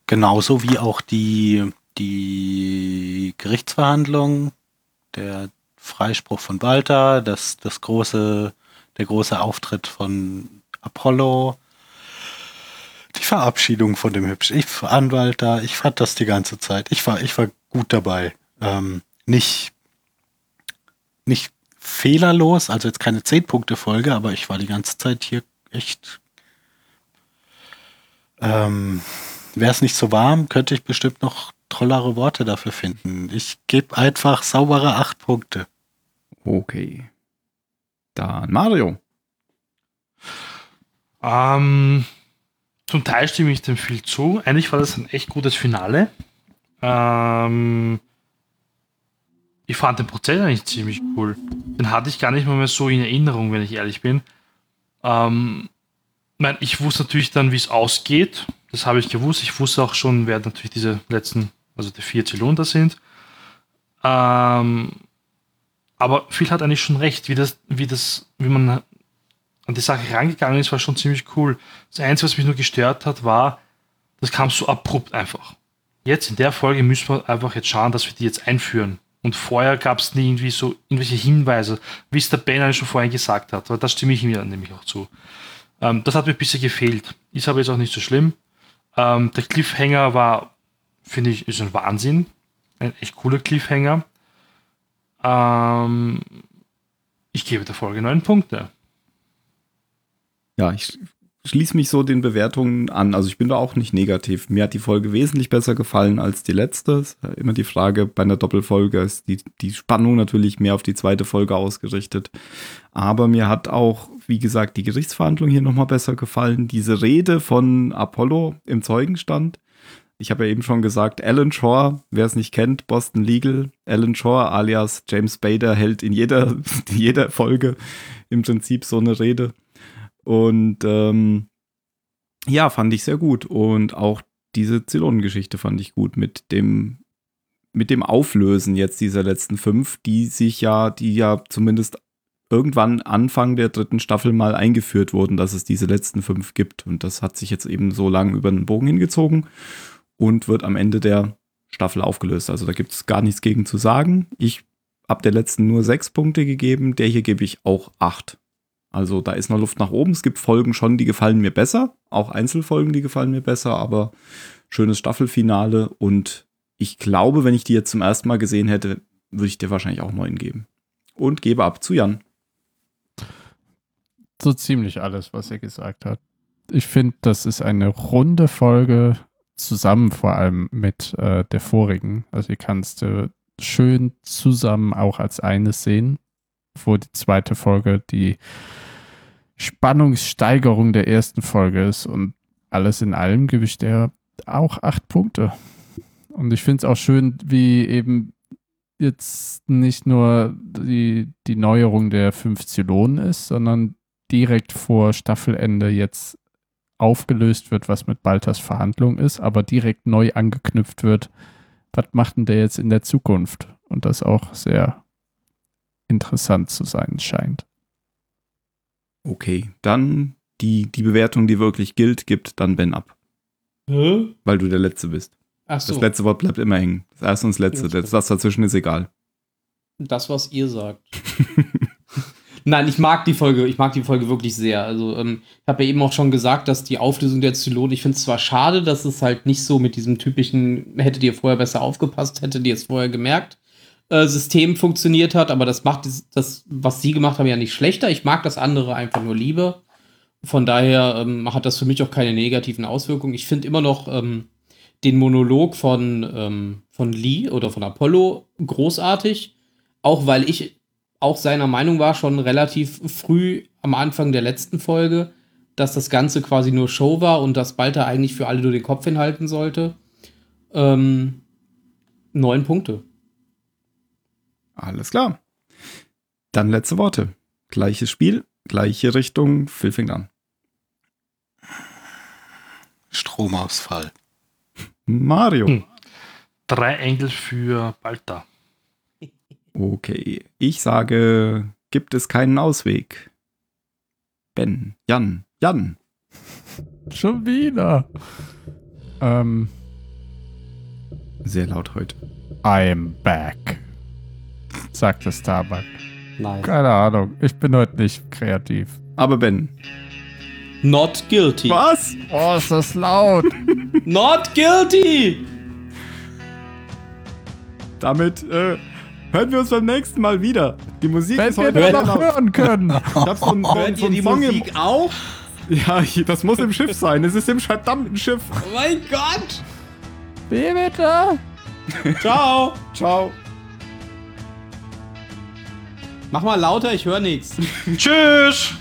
S5: Genauso wie auch die, die Gerichtsverhandlung, der Freispruch von Walter, das, das große, der große Auftritt von Apollo, die Verabschiedung von dem hübschen ich, Anwalt da. Ich fand das die ganze Zeit. Ich war, ich war gut dabei. Ähm, nicht, nicht fehlerlos, also jetzt keine 10-Punkte-Folge, aber ich war die ganze Zeit hier echt. Ähm, Wäre es nicht so warm, könnte ich bestimmt noch tollere Worte dafür finden. Ich gebe einfach saubere acht Punkte.
S3: Okay. Dann Mario.
S4: Ähm, zum Teil stimme ich dem viel zu. Eigentlich war das ein echt gutes Finale. Ähm, ich fand den Prozess eigentlich ziemlich cool. Den hatte ich gar nicht mal mehr so in Erinnerung, wenn ich ehrlich bin. Ähm, nein, ich wusste natürlich dann, wie es ausgeht. Das habe ich gewusst. Ich wusste auch schon, wer natürlich diese letzten, also die vier Zylonen da sind. Ähm, aber Phil hat eigentlich schon recht, wie das, wie das, wie man an die Sache rangegangen ist, war schon ziemlich cool. Das Einzige, was mich nur gestört hat, war, das kam so abrupt einfach. Jetzt in der Folge müssen wir einfach jetzt schauen, dass wir die jetzt einführen. Und vorher gab es nie irgendwie so irgendwelche Hinweise, wie es der Ben eigentlich schon vorhin gesagt hat. Aber das stimme ich mir nämlich auch zu. Ähm, das hat mir ein bisschen gefehlt. Ist aber jetzt auch nicht so schlimm. Ähm, der Cliffhanger war, finde ich, ist ein Wahnsinn. Ein echt cooler Cliffhanger. Ähm, ich gebe der Folge neun Punkte.
S3: Ja, ich schließe mich so den Bewertungen an. Also ich bin da auch nicht negativ. Mir hat die Folge wesentlich besser gefallen als die letzte. Ist ja immer die Frage bei einer Doppelfolge ist die, die Spannung natürlich mehr auf die zweite Folge ausgerichtet. Aber mir hat auch, wie gesagt, die Gerichtsverhandlung hier nochmal besser gefallen. Diese Rede von Apollo im Zeugenstand. Ich habe ja eben schon gesagt, Alan Shore, wer es nicht kennt, Boston Legal, Alan Shore alias James Bader hält in jeder, in jeder Folge im Prinzip so eine Rede. Und ähm, ja, fand ich sehr gut. Und auch diese Zylonengeschichte fand ich gut mit dem, mit dem Auflösen jetzt dieser letzten fünf, die sich ja, die ja zumindest irgendwann Anfang der dritten Staffel mal eingeführt wurden, dass es diese letzten fünf gibt. Und das hat sich jetzt eben so lang über den Bogen hingezogen und wird am Ende der Staffel aufgelöst. Also da gibt es gar nichts gegen zu sagen. Ich habe der letzten nur sechs Punkte gegeben, der hier gebe ich auch acht. Also da ist noch Luft nach oben. Es gibt Folgen schon, die gefallen mir besser. Auch Einzelfolgen, die gefallen mir besser. Aber schönes Staffelfinale. Und ich glaube, wenn ich die jetzt zum ersten Mal gesehen hätte, würde ich dir wahrscheinlich auch neun geben. Und gebe ab zu Jan.
S7: So ziemlich alles, was er gesagt hat. Ich finde, das ist eine runde Folge, zusammen vor allem mit äh, der vorigen. Also die kannst du schön zusammen auch als eines sehen wo die zweite Folge die Spannungssteigerung der ersten Folge ist. Und alles in allem gebe ich der auch acht Punkte. Und ich finde es auch schön, wie eben jetzt nicht nur die, die Neuerung der fünf Zylonen ist, sondern direkt vor Staffelende jetzt aufgelöst wird, was mit Baltas Verhandlung ist, aber direkt neu angeknüpft wird. Was macht denn der jetzt in der Zukunft? Und das auch sehr interessant zu sein scheint.
S3: Okay, dann die, die Bewertung, die wirklich gilt, gibt dann Ben ab,
S6: Hä?
S3: weil du der Letzte bist.
S6: Ach so,
S3: Das letzte Wort bleibt immer hängen. Das erste und das letzte.
S6: Ja,
S3: Das, das dazwischen ist egal.
S6: das, was ihr sagt. Nein, ich mag die Folge, ich mag die Folge wirklich sehr. Also, ähm, ich habe ja eben auch schon gesagt, dass die Auflösung der Zylonen, ich finde es zwar schade, dass es halt nicht so mit diesem typischen, hättet ihr vorher besser aufgepasst, hättet ihr es vorher gemerkt, äh, System funktioniert hat, aber das macht dies- das, was sie gemacht haben, ja nicht schlechter. Ich mag das andere einfach nur lieber. Von daher ähm, hat das für mich auch keine negativen Auswirkungen. Ich finde immer noch ähm, den Monolog von, ähm, von Lee oder von Apollo großartig, auch weil ich auch seiner Meinung war, schon relativ früh am Anfang der letzten Folge, dass das Ganze quasi nur Show war und dass Balta eigentlich für alle nur den Kopf hinhalten sollte. Ähm, neun Punkte.
S3: Alles klar. Dann letzte Worte. Gleiches Spiel, gleiche Richtung. Phil fängt an.
S5: Stromausfall.
S3: Mario.
S4: Hm. Drei Engel für Balta.
S3: Okay. Ich sage, gibt es keinen Ausweg? Ben, Jan, Jan.
S7: Schon wieder. Ähm,
S3: Sehr laut heute.
S7: I'm back, sagt das Tabak.
S6: Nein.
S7: Keine Ahnung, ich bin heute nicht kreativ.
S3: Aber Ben.
S6: Not guilty.
S3: Was?
S7: Oh, ist das laut.
S6: Not guilty!
S3: Damit äh, hören wir uns beim nächsten Mal wieder. Die Musik
S7: Wenn
S3: ist
S7: wir
S3: heute
S7: das
S3: noch
S7: noch hören können.
S3: Ich hab so einen, so einen, so einen Song im,
S6: auch?
S3: Ja, hier, das muss im Schiff sein. Es ist im verdammten Schiff.
S6: Oh mein Gott!
S7: Wie bitte?
S6: Ciao!
S3: Ciao.
S6: Mach mal lauter, ich höre nichts.
S4: Tschüss!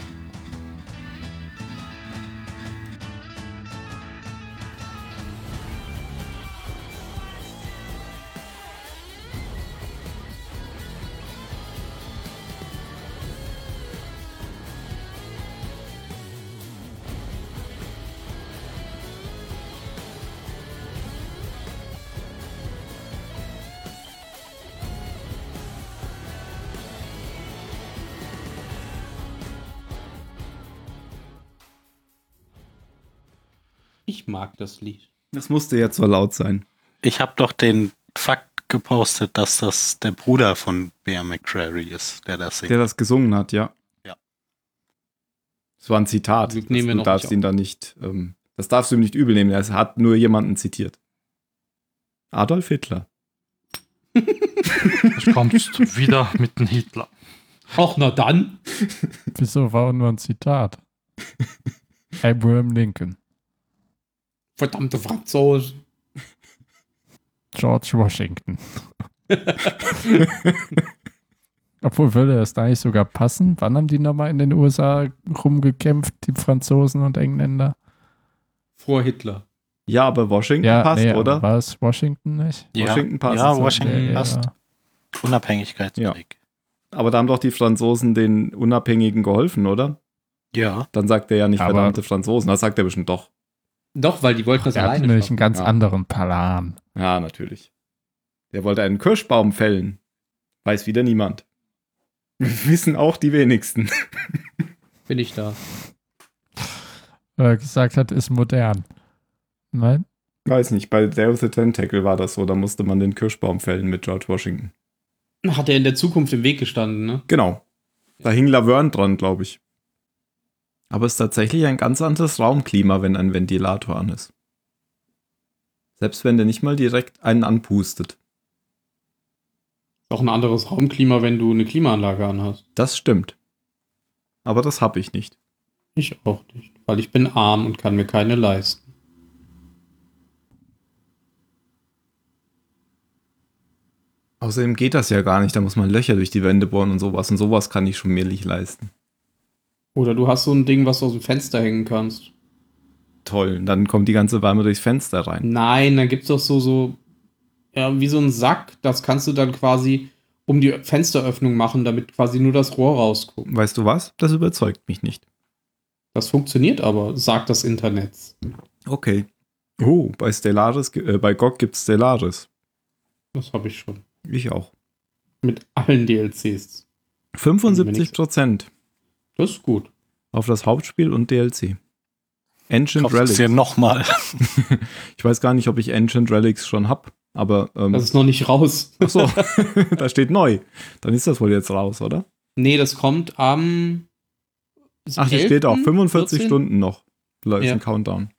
S6: Ich mag das Lied.
S3: Das musste jetzt so laut sein.
S5: Ich habe doch den Fakt gepostet, dass das der Bruder von Bear McCrary ist, der das singt.
S3: Der das gesungen hat, ja.
S5: Ja.
S3: Das war ein Zitat.
S6: Glück nehmen wir
S3: das, du
S6: noch
S3: darfst
S6: nicht
S3: ihn da nicht, ähm, das darfst du ihm nicht übel nehmen. Er hat nur jemanden zitiert. Adolf Hitler.
S4: Es kommt wieder mit dem Hitler.
S6: Auch na dann.
S7: Wieso war nur ein Zitat? Abraham Lincoln,
S6: Verdammte Franzosen.
S7: George Washington. Obwohl würde das da nicht sogar passen? Wann haben die nochmal in den USA rumgekämpft, die Franzosen und Engländer?
S6: Vor Hitler.
S3: Ja, aber Washington passt,
S7: nee, aber
S3: oder?
S7: War es Washington nicht?
S3: Washington passt.
S5: Ja,
S3: So.
S5: Washington
S7: Ja,
S5: passt.
S7: ja.
S5: Unabhängigkeitskrieg.
S3: Aber da haben doch die Franzosen den Unabhängigen geholfen, oder?
S5: Ja.
S3: Dann sagt er ja nicht
S7: Aber-
S3: verdammte Franzosen. Das sagt er bestimmt doch.
S6: Doch, weil die wollten das
S7: Er hat
S6: alleine.
S7: nämlich einen
S6: schaffen.
S7: ganz
S3: Ja.
S7: anderen Plan.
S3: Ja, natürlich. Der wollte einen Kirschbaum fällen. Weiß wieder niemand. Wissen auch die wenigsten.
S6: Bin ich da.
S7: Weil er gesagt hat, ist modern. Nein?
S3: Weiß nicht, bei Day of the Tentacle war das so. Da musste man den Kirschbaum fällen mit George Washington.
S6: Hat er in der Zukunft im Weg gestanden, ne?
S3: Genau. Da hing Laverne dran, glaube ich. Aber es ist tatsächlich ein ganz anderes Raumklima, wenn ein Ventilator an ist. Selbst wenn der nicht mal direkt einen anpustet.
S6: Auch ein anderes Raumklima, wenn du eine Klimaanlage anhast.
S3: Das stimmt. Aber das habe ich nicht.
S6: Ich auch nicht. Weil ich bin arm und kann mir keine leisten.
S3: Außerdem geht das ja gar nicht. Da muss man Löcher durch die Wände bohren und sowas. Und sowas kann ich schon mir nicht leisten.
S6: Oder du hast so ein Ding, was du aus dem Fenster hängen kannst.
S3: Toll. Und dann kommt die ganze Wärme durchs Fenster rein.
S6: Nein, dann gibt's doch so, so, ja, wie so ein Sack. Das kannst du dann quasi um die Fensteröffnung machen, damit quasi nur das Rohr rausguckt.
S3: Weißt du was? Das überzeugt mich nicht.
S6: Das funktioniert aber, sagt das Internet.
S3: Okay. Oh, bei Stellaris, ge- äh, bei GOG gibt's Stellaris.
S6: Das habe ich schon.
S3: Ich auch.
S6: Mit allen DLCs.
S3: 75 Prozent
S6: Das ist gut.
S3: auf das Hauptspiel und DLC. Ancient
S5: Kaufst
S3: Relics.
S5: dir nochmal.
S3: Ich weiß gar nicht, ob ich Ancient Relics schon hab, aber ähm,
S6: Das ist noch nicht raus.
S3: ach so, da steht neu. Dann ist das wohl jetzt raus, oder?
S6: Nee, das kommt am.
S3: Ach, hier steht auch
S6: 11.,
S3: 45
S6: 14..
S3: Stunden noch. Da ist
S6: Ja.
S3: ein Countdown.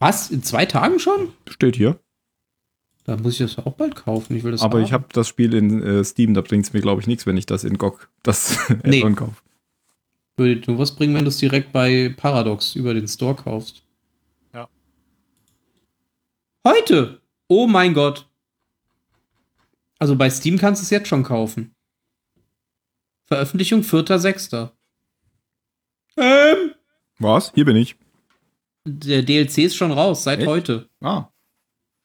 S6: Was? In zwei Tagen schon?
S3: Steht hier.
S6: Da muss ich das auch bald kaufen. Ich will das
S3: aber ich habe das Spiel in äh, Steam, da bringt's mir, glaube ich, nichts, wenn ich das in GOG, das
S6: Nee.
S3: Add-on kaufe.
S6: Würde nur was bringen, wenn du es direkt bei Paradox über den Store kaufst.
S5: Ja.
S6: Heute! Oh mein Gott! Also bei Steam kannst du es jetzt schon kaufen. Veröffentlichung 4.6. Ähm,
S3: Was? Hier bin ich.
S6: der DLC ist schon raus, seit
S3: Echt?
S6: heute.
S3: Ah,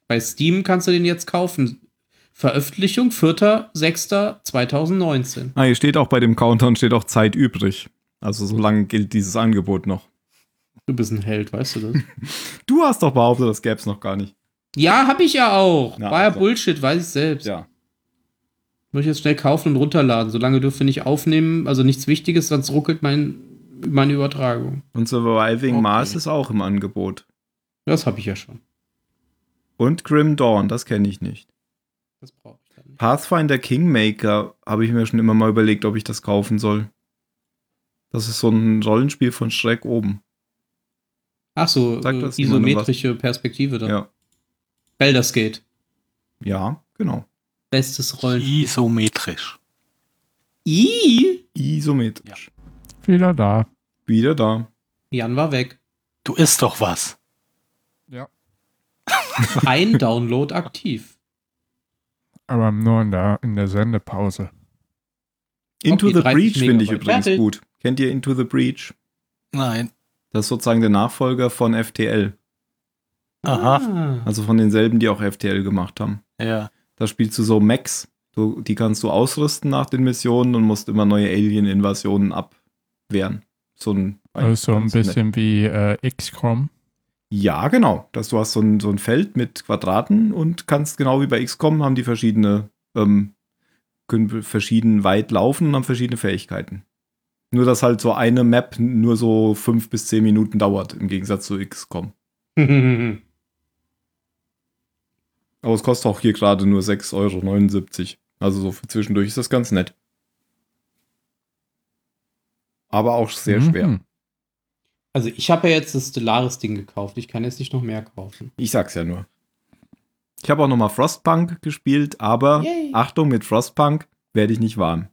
S6: Bei Steam kannst du den jetzt kaufen. Veröffentlichung 4.6.2019.
S3: Ah, hier steht auch bei dem Countdown steht auch Zeit übrig. Also so lange gilt dieses Angebot noch.
S6: Du bist ein Held, weißt du das?
S3: Du hast doch behauptet, das gäbe es noch gar nicht.
S6: ja, hab ich ja auch.
S3: Na,
S6: War ja
S3: also.
S6: Bullshit, weiß ich selbst.
S3: Ja.
S6: Muss ich jetzt schnell kaufen und runterladen. Solange dürfen wir nicht aufnehmen, also nichts Wichtiges, sonst ruckelt mein, meine Übertragung.
S3: Und Surviving
S5: Okay.
S3: Mars ist auch im Angebot.
S6: Das habe ich ja schon.
S3: Und Grim Dawn, das kenne ich nicht.
S6: Das brauche ich dann nicht.
S3: Pathfinder Kingmaker habe ich mir schon immer mal überlegt, ob ich das kaufen soll. Das ist so ein Rollenspiel von Schreck oben.
S6: Ach so,
S3: Sagt
S6: äh,
S3: das niemandem
S6: isometrische Perspektive dann.
S3: Ja.
S6: Baldur's Gate.
S3: Ja, genau.
S6: Bestes Rollen.
S5: Isometrisch.
S6: I?
S3: Isometrisch.
S7: Wieder da.
S3: Wieder da.
S6: Jan war weg.
S5: Du isst doch was.
S6: Ein Download aktiv.
S7: Aber nur in der, in der Sendepause.
S3: Into
S6: Okay,
S3: the
S6: 30
S3: Breach finde ich
S6: Megabyte.
S3: übrigens
S6: Fertig.
S3: gut. Kennt ihr Into the Breach?
S5: Nein.
S3: Das ist sozusagen der Nachfolger von FTL.
S5: Aha.
S6: Ah.
S3: Also von denselben, die auch FTL gemacht haben.
S5: Ja.
S3: Da spielst du so Mechs. Du, die kannst du ausrüsten nach den Missionen und musst immer neue Alien-Invasionen abwehren. So ein,
S7: Also ein
S3: ganz nett.
S7: bisschen wie äh, XCOM.
S3: Ja, genau. Dass du hast so ein, so ein Feld mit Quadraten und kannst genau wie bei XCOM haben die verschiedene, ähm, können verschieden weit laufen und haben verschiedene Fähigkeiten. Nur, dass halt so eine Map nur so fünf bis zehn Minuten dauert, im Gegensatz zu XCOM.
S6: Ah.
S3: Aber es kostet auch hier gerade nur 6,79 Euro. Also so für zwischendurch ist das ganz nett. Aber auch sehr schwer.
S7: Mhm.
S6: Also ich habe ja jetzt das Stellaris-Ding gekauft. Ich kann jetzt nicht noch mehr kaufen.
S3: Ich sag's ja nur. Ich habe auch nochmal Frostpunk gespielt, aber
S6: Yay.
S3: Achtung, mit Frostpunk werde ich nicht warm.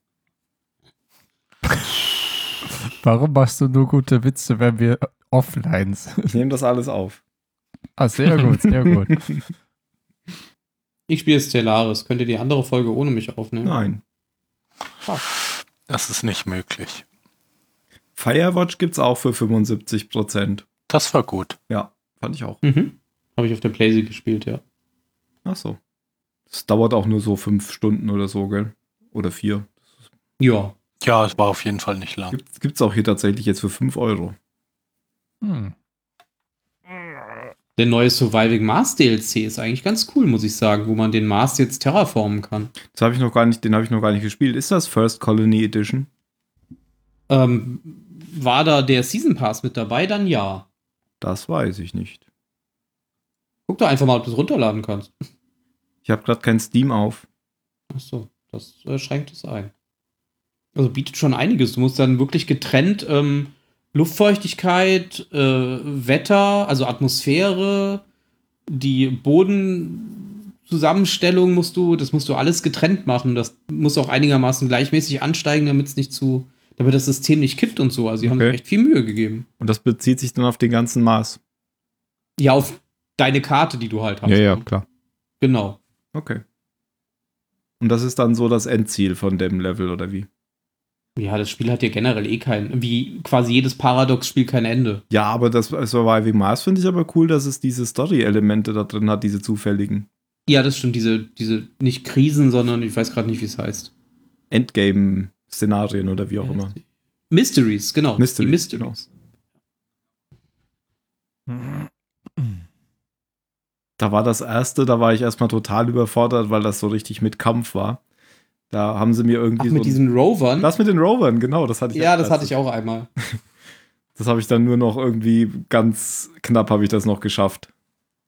S7: Warum machst du nur gute Witze, wenn wir offline sind?
S3: Ich nehme das alles auf.
S7: Ah, sehr gut, sehr gut.
S6: Ich spiele Stellaris. Könnt ihr die andere Folge ohne mich aufnehmen?
S3: Nein.
S5: Das ist nicht möglich.
S3: Firewatch gibt's auch für 75%.
S5: Das war gut.
S3: Ja, fand ich auch.
S6: Mhm. Habe ich auf der Playsee gespielt, ja.
S3: Ach so. Das dauert auch nur so fünf Stunden oder so, gell? Oder vier.
S6: Ja.
S5: Ja, es war auf jeden Fall nicht lang.
S3: Gibt's, gibt's auch hier tatsächlich jetzt für 5 Euro.
S7: Hm.
S6: Der neue Surviving Mars DLC ist eigentlich ganz cool, muss ich sagen, wo man den Mars jetzt terraformen kann.
S3: Das habe ich noch gar nicht, den habe ich noch gar nicht gespielt. Ist das First Colony Edition?
S6: Ähm, war da der Season Pass mit dabei? Dann ja.
S3: Das weiß ich nicht.
S6: Guck doch einfach mal, ob du es runterladen kannst.
S3: Ich habe gerade kein Steam auf.
S6: Achso, das äh, schränkt es ein. Also bietet schon einiges. Du musst dann wirklich getrennt ähm, Luftfeuchtigkeit, äh, Wetter, also Atmosphäre, die Bodenzusammenstellung musst du, das musst du alles getrennt machen. Das muss auch einigermaßen gleichmäßig ansteigen, damit es nicht zu, damit das System nicht kippt und so. Also sie haben
S3: Okay.
S6: sich echt viel Mühe gegeben.
S3: Und das bezieht sich dann auf den ganzen Mars.
S6: Ja, auf deine Karte, die du halt hast. ne?
S3: klar.
S6: Genau.
S3: Okay. Und das ist dann so das Endziel von dem Level, oder wie?
S6: Ja, das Spiel hat ja generell eh kein, wie quasi jedes Paradox-Spiel kein Ende.
S3: Ja, aber das äh, Surviving Mars finde ich aber cool, dass es diese Story-Elemente da drin hat, diese zufälligen.
S6: Ja, das stimmt, diese, diese, nicht Krisen, sondern ich weiß gerade nicht, wie es heißt.
S3: Endgame-Szenarien oder wie auch immer.
S6: Mysteries, genau.
S3: Mysteries, genau.
S6: die Mysteries.
S3: Da war das erste, da war ich erstmal total überfordert, weil das so richtig mit Kampf war. Da haben sie mir irgendwie
S6: Ach,
S3: so
S6: mit
S3: ein-
S6: diesen Rovern?
S3: Das mit den Rovern, genau, das hatte ich.
S6: ja,
S3: als
S6: das hatte
S3: erstes.
S6: ich auch einmal.
S3: Das habe ich dann nur noch irgendwie ganz knapp habe ich das noch geschafft,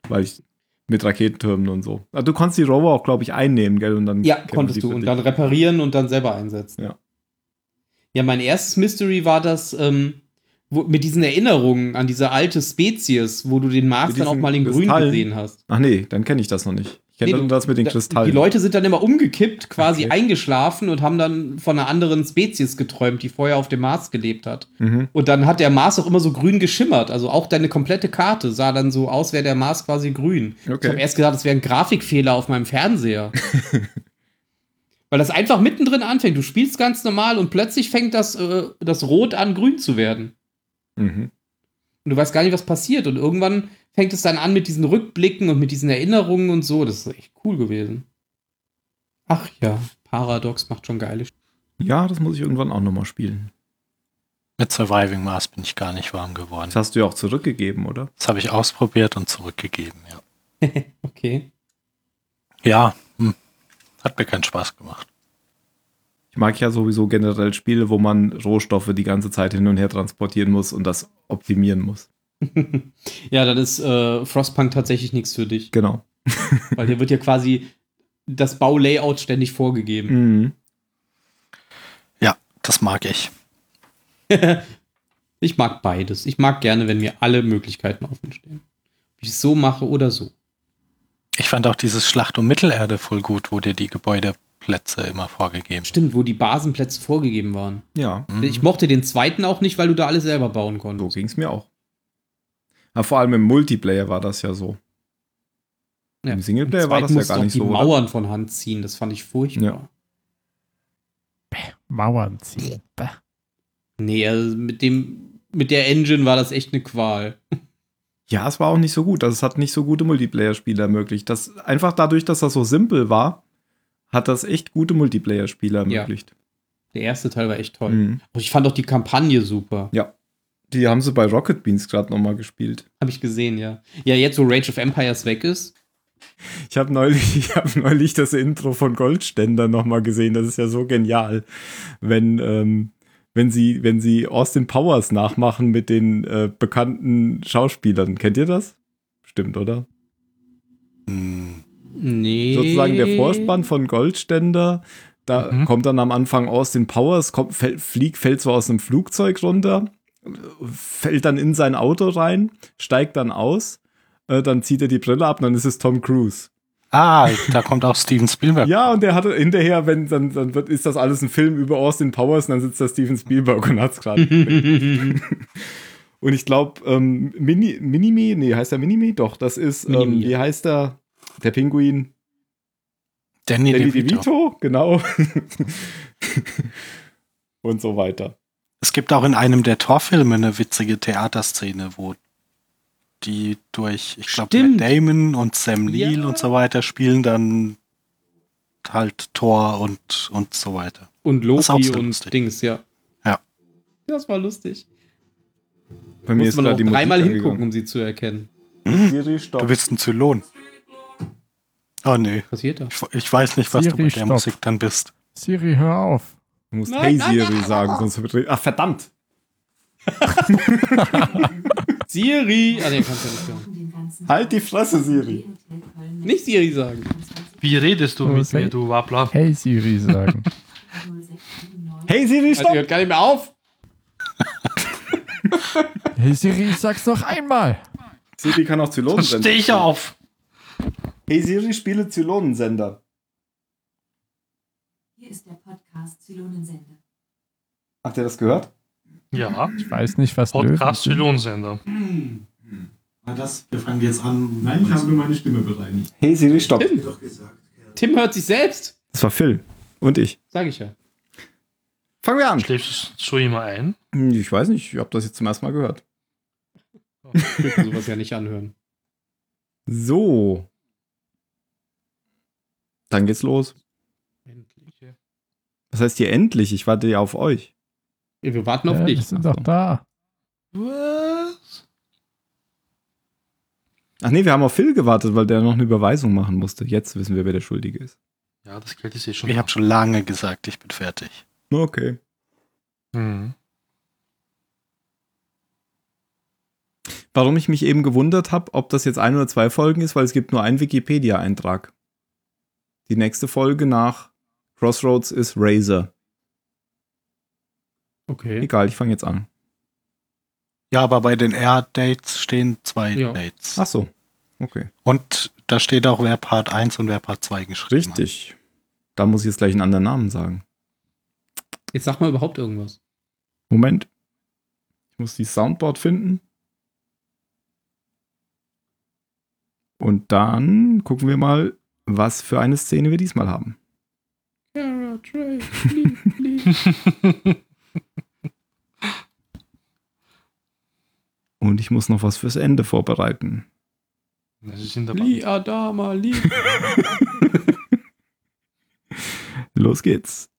S3: weil ich mit Raketentürmen und so. Ah, Du konntest die Rover auch, glaube ich, einnehmen, gell? Und dann
S6: Ja,
S3: kämpfen die
S6: konntest
S3: für
S6: du. Und
S3: dich.
S6: dann reparieren und dann selber einsetzen.
S3: Ja.
S6: Ja, mein erstes Mystery war das, ähm, wo, mit diesen Erinnerungen an diese alte Spezies, wo du den Mars
S3: Mit
S6: dann auch
S3: diesen
S6: mal in grün
S3: Kristallen.
S6: gesehen hast.
S3: Ach nee, dann kenne ich das noch nicht. Ich kenne
S6: Nee,
S3: nur
S6: du-
S3: das mit den
S6: da-
S3: Kristallen.
S6: Die Leute sind dann immer umgekippt, quasi
S3: Okay.
S6: eingeschlafen und haben dann von einer anderen Spezies geträumt, die vorher auf dem Mars gelebt hat.
S3: mhm.
S6: Und dann hat der Mars auch immer so grün geschimmert. Also auch deine komplette Karte sah dann so aus, wäre der Mars quasi grün. Ich
S3: Okay.
S6: habe erst gedacht, es wäre ein Grafikfehler auf meinem Fernseher. Weil das einfach mittendrin anfängt. Du spielst ganz normal und plötzlich fängt das, äh, das Rot an, grün zu werden.
S3: Mhm.
S6: Und du weißt gar nicht, was passiert. Und irgendwann fängt es dann an mit diesen Rückblicken und mit diesen Erinnerungen und so. Das ist echt cool gewesen. Ach ja, Paradox macht schon geile Sch
S3: Ja, das muss ich irgendwann auch nochmal spielen.
S5: Mit Surviving Mars bin ich gar nicht warm
S3: Das
S5: geworden.
S3: hast du ja auch zurückgegeben, oder?
S5: Das habe ich ausprobiert und zurückgegeben, ja.
S6: Okay.
S5: Ja, hm. hat mir keinen Spaß gemacht.
S3: Ich mag ja sowieso generell Spiele, wo man Rohstoffe die ganze Zeit hin und her transportieren muss und das optimieren muss.
S6: ja, dann ist äh, Frostpunk tatsächlich nichts für dich.
S3: Genau.
S6: Weil hier wird ja quasi das Baulayout ständig vorgegeben.
S3: Mhm.
S5: Ja, das mag ich.
S6: Ich mag beides. Ich mag gerne, wenn mir alle Möglichkeiten offen stehen. Ob ich es so mache oder so.
S5: Ich fand auch dieses Schlacht um Mittelerde voll gut, wo dir die Gebäudeplätze immer vorgegeben
S6: Stimmt, wo die Basenplätze vorgegeben waren.
S3: Ja,
S5: Mhm.
S6: Ich mochte den zweiten auch nicht, weil du da alles selber bauen
S3: so
S6: konntest.
S3: ging es mir auch. Aber vor allem im Multiplayer war das ja so.
S6: Ja.
S3: Im Singleplayer war das ja
S6: musst
S3: gar
S6: du auch
S3: nicht
S6: die
S3: so, oder?
S6: Mauern von Hand ziehen, das fand ich furchtbar.
S3: Ja.
S7: Mauern ziehen. Bäh.
S6: Nee, also mit dem mit der Engine war das echt eine Qual.
S3: Ja, es war auch nicht so gut. Also es hat nicht so gute Multiplayer-Spiele ermöglicht. Das, einfach dadurch, dass das so simpel war, hat das echt gute Multiplayer-Spiele
S6: Ja.
S3: ermöglicht.
S6: Der erste Teil war echt toll.
S3: Mhm.
S6: Und ich fand auch die Kampagne super.
S3: Die haben sie bei Rocket Beans gerade nochmal gespielt.
S6: Habe ich gesehen, ja. Ja, jetzt wo Rage of Empires weg ist.
S3: Ich habe neulich, ich hab neulich das Intro von Goldständer nochmal gesehen. Das ist ja so genial, wenn, ähm, wenn, sie, wenn sie Austin Powers nachmachen mit den äh, bekannten Schauspielern. Kennt ihr das? Stimmt, oder?
S6: Nee.
S3: Sozusagen der Vorspann von Goldständer. Da
S4: Mhm.
S3: kommt dann am Anfang Austin Powers, kommt, fällt, fliegt, fällt so aus einem Flugzeug runter, fällt dann in sein Auto rein, steigt dann aus, äh, dann zieht er die Brille ab und dann ist es Tom Cruise.
S5: Ah, da kommt auch Steven Spielberg.
S3: Ja, und der hatte hinterher, wenn dann, dann wird, ist das alles ein Film über Austin Powers und dann sitzt da Steven Spielberg und hat's gerade. und ich glaube, ähm, Mini, Minimi, nee, heißt der Minimi? Doch, das ist, ähm,
S6: Minimi.
S3: wie heißt der? Der Pinguin.
S5: Danny,
S3: Danny
S5: DeVito.
S3: DeVito, genau. und so weiter.
S5: Es gibt auch in einem der Torfilme eine witzige Theaterszene, wo die durch, ich glaube,
S6: Stimmt.
S5: Matt Damon und Sam Neill
S6: Ja.
S5: und so weiter spielen dann halt Thor und, und so weiter.
S6: Und
S5: Das ist auch
S6: Loki
S5: sehr
S6: und
S5: lustig.
S6: Dings, ja.
S5: Ja.
S6: Das war lustig.
S3: Bei
S6: Muss man
S3: grad
S6: auch dreimal
S3: Musik
S6: hingucken, um sie zu erkennen.
S3: angegangen. Siri, stopp.
S5: Du bist ein Zylon. Oh nee,
S6: Passiert da?
S5: ich, ich weiß nicht, was du
S7: Siri,
S5: bei der
S7: stopp.
S5: Musik dann bist.
S7: Siri, hör auf.
S3: Du musst
S6: Nein,
S3: Hey
S6: nein,
S3: Siri sagen, sonst verdreht. Ach, verdammt.
S6: Siri! Ah, nee, kannst du ja nicht hören.
S3: Halt die Fresse, Siri.
S6: Nicht Siri sagen.
S4: Wie redest du
S7: Oh,
S4: mit
S7: sei-
S4: mir, du Wappler?
S7: Hey Siri sagen.
S3: Hey Siri,
S6: Also, die
S3: stopp.
S6: hört gar nicht mehr auf.
S7: hey Siri, ich sag's noch einmal.
S3: Siri kann auch Zylonen
S4: Dann stehe ich auf.
S3: Hey Siri, spiele Zylonensender.
S8: Hier ist der Podcast Zylonensender.
S3: Habt ihr das gehört?
S4: Ja,
S7: Ich weiß nicht, was
S4: Podcast
S7: Löwen sind.
S4: Zylonsender.
S5: Das, wir fangen jetzt an.
S9: Nein, ich habe nur meine Stimme bereinigt.
S3: Hey Siri, stopp.
S6: Tim hört sich selbst.
S3: Das war Phil. Und ich.
S6: Sag ich ja.
S3: Fangen wir an.
S4: Schläfst du so immer ein?
S3: Hm, Ich weiß nicht, ich habe das jetzt zum ersten Mal gehört. Oh.
S6: Ich will sowas ja nicht anhören.
S3: So. Dann geht's los. Was heißt hier endlich? Ich warte ja auf euch.
S6: Ja, Wir warten auf
S7: Ja,
S6: dich.
S7: die sind doch da.
S4: Was?
S3: Ach nee, wir haben auf Phil gewartet, weil der noch eine Überweisung machen musste. Jetzt wissen wir, wer der Schuldige ist.
S4: Ja, das Geld ist eh schon.
S5: Ich habe schon lange gesagt, ich bin fertig.
S3: Okay.
S4: Mhm.
S3: Warum ich mich eben gewundert habe, ob das jetzt ein oder zwei Folgen ist, weil es gibt nur einen Wikipedia-Eintrag. Die nächste Folge nach Crossroads ist Razor.
S6: Okay.
S3: Egal, ich fange jetzt an.
S5: Ja, aber bei den Air-Dates stehen zwei
S6: Ja.
S5: Dates.
S3: Ach so. Okay.
S5: Und da steht auch, wer Part 1 und wer Part 2 geschrieben hat.
S3: Richtig. Da muss ich jetzt gleich einen anderen Namen sagen.
S6: Jetzt sag mal überhaupt irgendwas.
S3: Moment. Ich muss die Soundboard finden. Und dann gucken wir mal, was für eine Szene wir diesmal haben.
S6: Cara, Trey, please, please.
S3: Und ich muss noch was fürs Ende vorbereiten.
S4: Das ist in der
S6: Lee Adama, Lee.
S3: Los geht's.